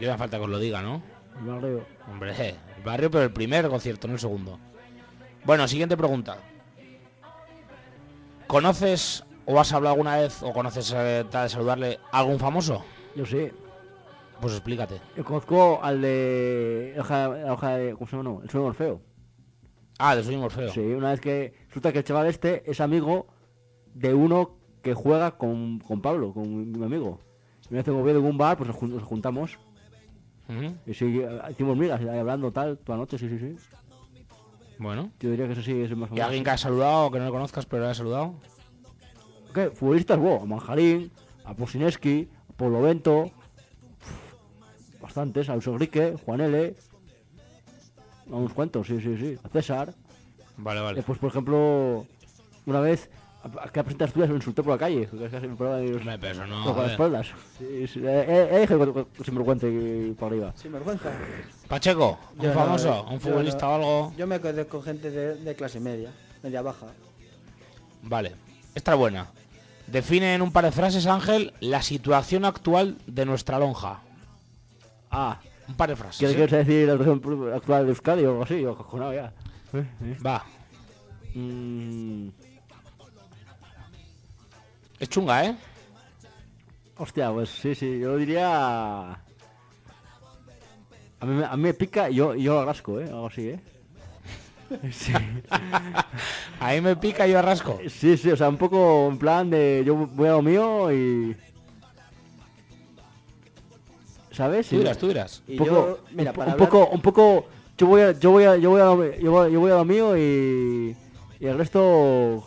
Speaker 3: Yo me falta que os lo diga, ¿no?
Speaker 1: el barrio.
Speaker 3: Hombre, el barrio, pero el primer concierto, no el segundo. Bueno, siguiente pregunta. ¿Conoces o has hablado alguna vez o conoces eh, tal de saludarle a algún famoso?
Speaker 1: Yo sé.
Speaker 3: Pues explícate.
Speaker 1: Yo conozco al de. La hoja, la hoja de. ¿Cómo se llama? No, el sueño de Morfeo.
Speaker 3: Ah, de Soy Morfeo.
Speaker 1: Sí, una vez que. Resulta que el chaval este es amigo de uno que juega con, con Pablo, con mi, mi amigo. Y una vez que movió de un bar, pues nos, jun- nos juntamos.
Speaker 3: Ujú,
Speaker 1: Y sí, eh, hicimos migas, ahí hablando tal, toda la noche, sí, sí, sí.
Speaker 3: Bueno.
Speaker 1: Yo diría que eso sí es el más
Speaker 3: ¿Y alguien que has saludado o que no le conozcas pero le has saludado?
Speaker 1: ¿Qué? Futbolistas, wow, a Manjarín, a Posineski, a Pablo Bento. pf, Bastantes, a Luis Enrique, Juan L. A unos cuantos, sí, sí, sí. A César.
Speaker 3: Vale, vale.
Speaker 1: Después, Eh, pues, por ejemplo, una vez, a- a- que presentas tú, me insultó por la calle. que Casi me paraba y os-
Speaker 3: Hombre, pero eso no.
Speaker 1: con las
Speaker 3: joder.
Speaker 1: espaldas. Sí, sí, eh, eh, eh, que- que- que sinvergüenza y para arriba.
Speaker 2: Sin vergüenza.
Speaker 3: Pacheco, un
Speaker 2: Yo no,
Speaker 3: famoso,
Speaker 2: eh,
Speaker 3: un
Speaker 2: yo
Speaker 3: futbolista
Speaker 2: no.
Speaker 3: o algo.
Speaker 2: Yo me conozco con gente de, de clase media, media baja.
Speaker 3: Vale. Esta es buena. Define en un par de frases, Ángel, la situación actual de nuestra lonja.
Speaker 1: Ah,
Speaker 3: Un par de frases.
Speaker 1: ¿quieres,
Speaker 3: ¿eh?
Speaker 1: quieres decir la situación actual de Euskadi o algo así? Yo acojonado ya. Eh, eh.
Speaker 3: Va.
Speaker 1: Mm,
Speaker 3: Es chunga, ¿eh?
Speaker 1: hostia, pues sí, sí, yo diría... A mí, me- a mí me pica y yo, y yo agrasco, ¿eh? Algo así, ¿eh? Sí.
Speaker 3: Ahí me pica y yo arrasco.
Speaker 1: sí, sí, o sea, un poco en plan de yo voy a lo mío y... ¿Sabes?
Speaker 3: Tú
Speaker 1: Y-
Speaker 3: dirás, tú dirás.
Speaker 2: Y
Speaker 1: un poco,
Speaker 2: yo, mira,
Speaker 1: un,
Speaker 2: para
Speaker 1: un
Speaker 2: hablar-
Speaker 1: poco, un poco, yo voy a, yo voy a, yo voy a, lo- yo voy, yo voy a lo mío y, y el resto,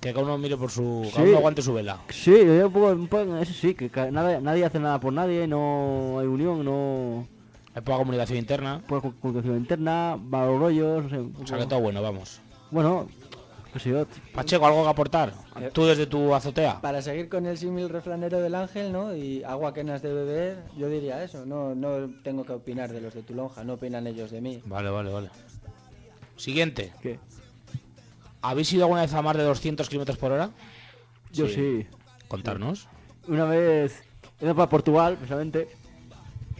Speaker 3: Que cada uno mire por su...
Speaker 1: Sí.
Speaker 3: Cada uno aguante su vela.
Speaker 1: sí, yo diría un poco, un poco- eso sí, que ca- nada, nadie hace nada por nadie, no hay unión, no
Speaker 3: Hay poca comunicación interna.
Speaker 1: por comunicación interna, malos rollos, no sé, un
Speaker 3: O sea que
Speaker 1: poco-
Speaker 3: todo bueno, vamos.
Speaker 1: bueno, Pues yo, t-
Speaker 3: Pacheco, ¿algo que aportar? Tú desde tu azotea.
Speaker 2: Para seguir con el símil refranero del ángel, ¿no? Y agua que no has de beber, yo diría eso. No, no tengo que opinar de los de tu lonja, no opinan ellos de mí.
Speaker 3: Vale, vale, vale. Siguiente.
Speaker 1: ¿qué?
Speaker 3: ¿Habéis ido alguna vez a más de 200 kilómetros por hora?
Speaker 1: Yo
Speaker 3: Sí.
Speaker 1: sí.
Speaker 3: Contarnos.
Speaker 1: Una vez iba para Portugal, precisamente,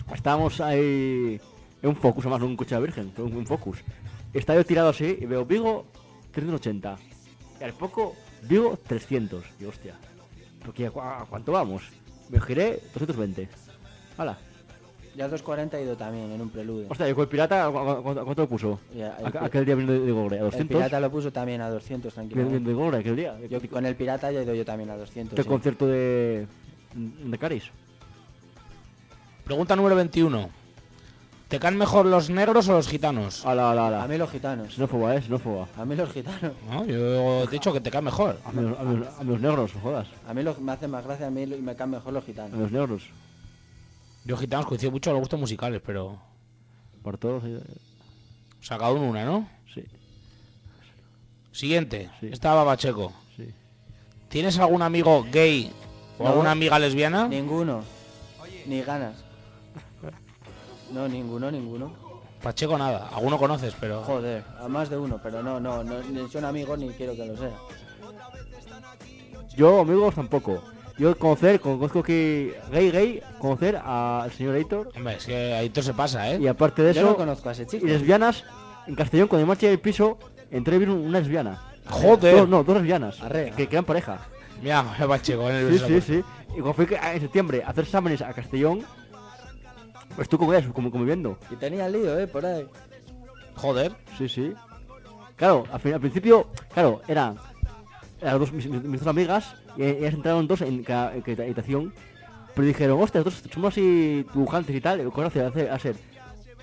Speaker 1: pues estábamos ahí en un Focus, además no un coche de la virgen, fue un, un Focus. Estaba yo tirado así y veo Vigo 380. Y al poco Vigo 300. Y hostia, porque ¿a cua- a cuánto vamos? Me giré 220. Hala.
Speaker 2: Ya 240 he ido también en un preludio.
Speaker 1: Hostia, ¿y con el pirata ¿a cu- a cu- a cuánto lo puso?
Speaker 2: Ya, el
Speaker 1: Aqu-
Speaker 2: pi-
Speaker 1: aquel día viniendo de Gore, a
Speaker 2: El
Speaker 1: 200.
Speaker 2: pirata lo puso también a 200,
Speaker 1: Viniendo
Speaker 2: tranquilamente.
Speaker 1: de Gore aquel día.
Speaker 2: Yo con el pirata ya he ido yo también a 200.
Speaker 1: Este
Speaker 2: sí.
Speaker 1: concierto de. de Caris.
Speaker 3: Pregunta número 21. ¿Te caen mejor los negros o los gitanos?
Speaker 1: Ala, ala,
Speaker 2: A
Speaker 1: ala.
Speaker 2: mí los gitanos.
Speaker 1: Xenófoba, eh, xenófoba.
Speaker 2: A mí los gitanos.
Speaker 3: No, yo he dicho que te caen mejor.
Speaker 1: A los, a los- a los negros, no jodas.
Speaker 2: A mí los, me hacen más gracia a mí y me caen mejor los
Speaker 1: A
Speaker 2: gitanos.
Speaker 1: los negros.
Speaker 3: Yo gitanos coincido mucho a los gustos musicales, pero... O
Speaker 1: Por todos. eh,
Speaker 3: sea, cada uno una, ¿no?
Speaker 1: Sí,
Speaker 3: Siguiente.
Speaker 1: Sí.
Speaker 3: Estaba Pacheco.
Speaker 1: sí.
Speaker 3: ¿Tienes algún amigo gay o
Speaker 2: No.
Speaker 3: alguna amiga lesbiana?
Speaker 2: Ninguno. Ni ganas. No, ninguno, ninguno.
Speaker 3: Pacheco nada. Alguno conoces, pero...
Speaker 2: Joder, a más de uno, pero no, no, no ni son amigos ni quiero que lo sea.
Speaker 1: Yo, amigos, tampoco. Yo conocer, con- conozco que gay, gay, conocer al señor Heitor.
Speaker 3: Hombre, es que ahí todo se pasa,
Speaker 1: Y
Speaker 3: ¿eh?
Speaker 1: aparte de
Speaker 2: Yo no
Speaker 1: eso,
Speaker 2: conozco a ese
Speaker 1: y
Speaker 2: chico.
Speaker 1: lesbianas, en Castellón, cuando me marché del piso, entré a vivir una lesbiana.
Speaker 3: Joder.
Speaker 1: Dos, no, dos lesbianas.
Speaker 2: Arre.
Speaker 1: Que, que eran pareja.
Speaker 3: Mira, mira, Pacheco, ¿eh? en el
Speaker 1: Sí, sí, sí. Y cuando fui a- en septiembre a hacer exámenes a Castellón, pues tú con ellas, como conviviendo.
Speaker 2: Y tenía lío, eh, por ahí.
Speaker 3: Joder.
Speaker 1: Sí, sí. Claro, al, fin- al principio, claro, eran las dos, mis, mis- mis dos amigas, y e, ellas entraron dos en cada, en cada habitación, pero dijeron, hostia, nosotros somos así dibujantes y tal, ¿cómo hacer? hacer, hacer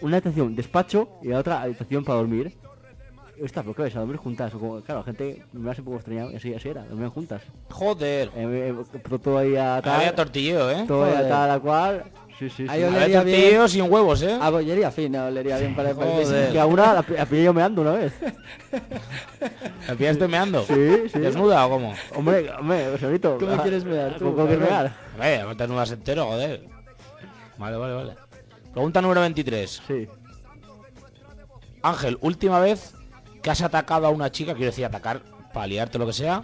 Speaker 1: una habitación despacho y la otra habitación para dormir. Y, Ostras, ¿por qué vais a dormir juntas? O como- claro, la gente me hace un poco extraña, y así, así era, dormían juntas.
Speaker 3: Joder.
Speaker 1: Eh, eh, pero todo ahí a
Speaker 3: Había
Speaker 1: tal,
Speaker 3: tortilleo, ¿eh?
Speaker 1: todo ahí a
Speaker 2: Joder.
Speaker 1: tal, a cual, sí, sí, sí.
Speaker 2: Ahí
Speaker 3: Había
Speaker 2: Olería bien.
Speaker 3: tortilleo sin huevos, ¿eh?
Speaker 1: Ah.
Speaker 2: A bollería fina, olería bien para el
Speaker 3: Joder.
Speaker 2: país.
Speaker 1: Que a una la, pi- la pillé yo meando una vez.
Speaker 3: ¿Me pillaste meando?
Speaker 1: Sí, sí.
Speaker 3: ¿Desnuda o cómo?
Speaker 1: Hombre, hombre, señorito.
Speaker 2: ¿Cómo quieres mear tú,
Speaker 1: Ah, ¿Cómo quieres
Speaker 2: cabrón?
Speaker 1: mear?
Speaker 3: Hombre, no te desnudas entero, joder. Vale, vale, vale. Pregunta número 23.
Speaker 1: Sí.
Speaker 3: Ángel, última vez que has atacado a una chica, quiero decir atacar, paliarte, lo que sea,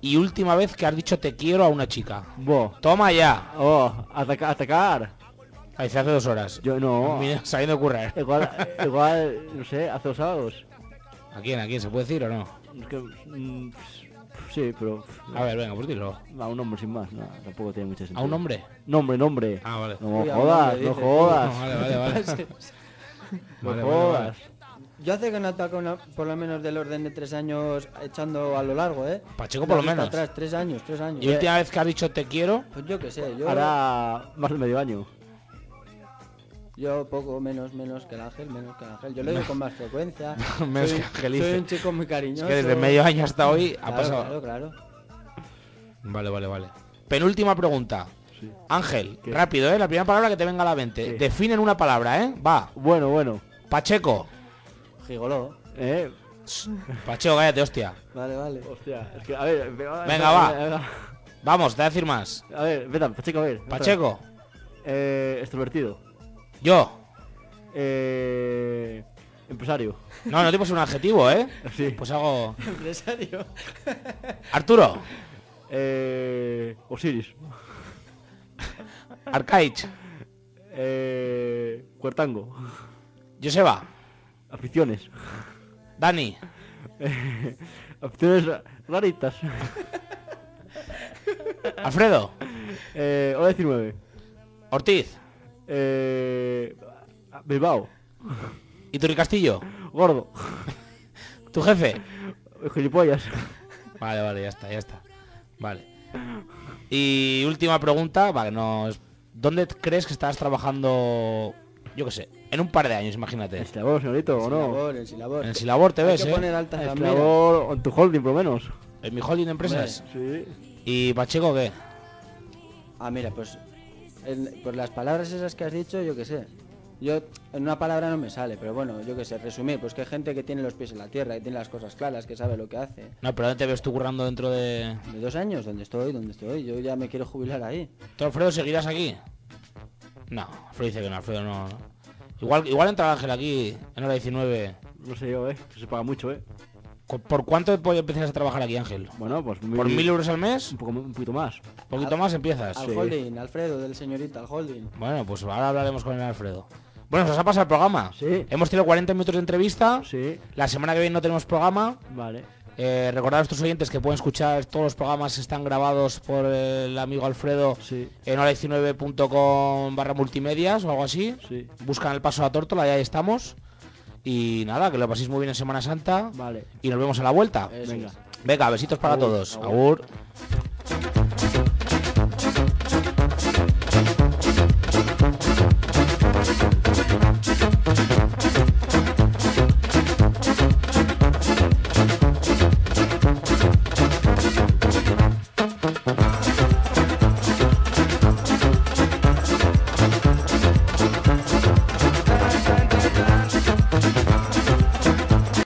Speaker 3: y última vez que has dicho te quiero a una chica.
Speaker 1: Bo.
Speaker 3: Toma ya.
Speaker 1: Oh, ataca, atacar.
Speaker 3: Ahí se hace dos horas.
Speaker 1: Yo no.
Speaker 3: Mira, saliendo de currar.
Speaker 1: Igual, igual, no sé, hace dos sábados.
Speaker 3: ¿A quién? ¿A quién? ¿Se puede decir o no?
Speaker 1: Es que, mm, pff, sí, pero pff,
Speaker 3: A ver, venga, pues dilo.
Speaker 1: a un hombre sin más, no, tampoco tiene mucho sentido.
Speaker 3: ¿A un hombre?
Speaker 1: Nombre, nombre.
Speaker 3: Ah, vale.
Speaker 1: No
Speaker 2: Uy, a un
Speaker 1: jodas, no
Speaker 2: hombre, dices,
Speaker 1: jodas.
Speaker 3: No, vale, vale, vale.
Speaker 1: No
Speaker 3: Vale, vale,
Speaker 1: jodas.
Speaker 2: Yo hace que no ataco una- por lo menos del orden de tres años echando a lo largo, eh.
Speaker 3: Pacheco, por lo
Speaker 2: Una pista
Speaker 3: menos.
Speaker 2: Atrás, tres años, tres años.
Speaker 3: Y última vez que has dicho te quiero,
Speaker 2: Pues yo qué sé, yo,
Speaker 1: Hará más de medio año.
Speaker 2: yo poco menos, menos que el ángel, menos que el ángel. Yo lo digo con más frecuencia.
Speaker 3: Menos
Speaker 2: soy,
Speaker 3: que Ángel
Speaker 2: Soy
Speaker 3: dice.
Speaker 2: un chico muy
Speaker 3: es
Speaker 2: cariñoso.
Speaker 3: que desde medio año hasta hoy ha
Speaker 2: Claro,
Speaker 3: pasado.
Speaker 2: Claro, claro.
Speaker 3: Vale, vale, vale. Penúltima pregunta.
Speaker 1: Sí.
Speaker 3: Ángel,
Speaker 1: ¿Qué?
Speaker 3: rápido, ¿eh? La primera palabra que te venga a la mente.
Speaker 1: Sí.
Speaker 3: Definen una palabra, ¿eh? Va.
Speaker 1: Bueno, bueno.
Speaker 3: Pacheco.
Speaker 2: Gigoló.
Speaker 1: Eh,
Speaker 3: Pacheco, cállate, hostia.
Speaker 2: Vale, vale.
Speaker 1: hostia, es que a ver,
Speaker 3: Venga, va. Vamos, te voy a decir más.
Speaker 1: A ver, venga, Pacheco, a ver. otra vez.
Speaker 3: Pacheco,
Speaker 1: Eh, extrovertido.
Speaker 3: yo.
Speaker 1: Eh, empresario.
Speaker 3: No, no te puse un adjetivo, ¿eh?
Speaker 1: Sí.
Speaker 3: Pues hago...
Speaker 2: Empresario.
Speaker 3: Arturo,
Speaker 1: Eh, Osiris.
Speaker 3: Arcaich,
Speaker 1: Eh, Cuertango.
Speaker 3: Joseba,
Speaker 1: Aficiones.
Speaker 3: Dani,
Speaker 1: Eh, aficiones raritas.
Speaker 3: Alfredo,
Speaker 1: Eh, hora 19.
Speaker 3: Ortiz,
Speaker 1: Eh, Bilbao.
Speaker 3: Iturri Castillo,
Speaker 1: Gordo.
Speaker 3: tu jefe.
Speaker 1: Gilipollas.
Speaker 3: Vale, vale, ya está, ya está. Vale. Y última pregunta, vale, no... es- ¿Dónde crees que estarás trabajando, yo qué sé, en un par de años, imagínate?
Speaker 1: Eslabor, señorito, ¿o
Speaker 2: Sin
Speaker 1: no?
Speaker 2: labor, el sin labor.
Speaker 3: En el Silabor te
Speaker 2: Hay
Speaker 3: ves,
Speaker 2: que poner
Speaker 3: ¿eh?
Speaker 2: altas las miras.
Speaker 1: Eslabor on tu holding, por lo menos.
Speaker 3: En mi holding de empresas.
Speaker 1: Sí.
Speaker 3: ¿Y Pacheco qué?
Speaker 2: pues Ah, mira, pues... en- por las palabras esas que has dicho, yo qué sé. Yo, en una palabra no me sale, pero bueno, yo qué sé, resumir, pues que hay gente que tiene los pies en la tierra, que tiene las cosas claras, que sabe lo que hace.
Speaker 3: No, pero ¿dónde te ves tú currando dentro de...?
Speaker 2: De dos años, donde estoy, donde estoy, yo ya me quiero jubilar ahí.
Speaker 3: ¿Tú, Alfredo, seguirás aquí? No, Alfredo dice que no, Alfredo no. no. Igual, igual entra Ángel aquí en hora 19.
Speaker 1: No sé yo, ¿eh? Que se paga mucho, ¿eh?
Speaker 3: ¿Cu- ¿Por cuánto po- empiezas a trabajar aquí, Ángel?
Speaker 1: Bueno, pues...
Speaker 3: ¿Por mil euros al mes?
Speaker 1: Un, poco, un poquito más.
Speaker 3: Un poquito más empiezas.
Speaker 2: Al
Speaker 1: Sí.
Speaker 2: holding, Alfredo, del señorita, al holding.
Speaker 3: Bueno, pues ahora hablaremos con el Alfredo. Bueno, se nos ha pasado el programa.
Speaker 1: Sí.
Speaker 3: Hemos tenido 40 minutos de entrevista.
Speaker 1: Sí,
Speaker 3: La semana que viene no tenemos programa.
Speaker 1: vale.
Speaker 3: Eh, recordad a nuestros oyentes que pueden escuchar todos los programas que están grabados por el amigo Alfredo
Speaker 1: Sí.
Speaker 3: en hora19.com barra multimedias o algo así.
Speaker 1: Sí.
Speaker 3: Buscan el paso a la tórtola y ahí estamos. Y nada, que lo paséis muy bien en Semana Santa.
Speaker 1: Vale.
Speaker 3: Y nos vemos a la vuelta.
Speaker 1: Venga.
Speaker 3: Venga, besitos para todos. Agur.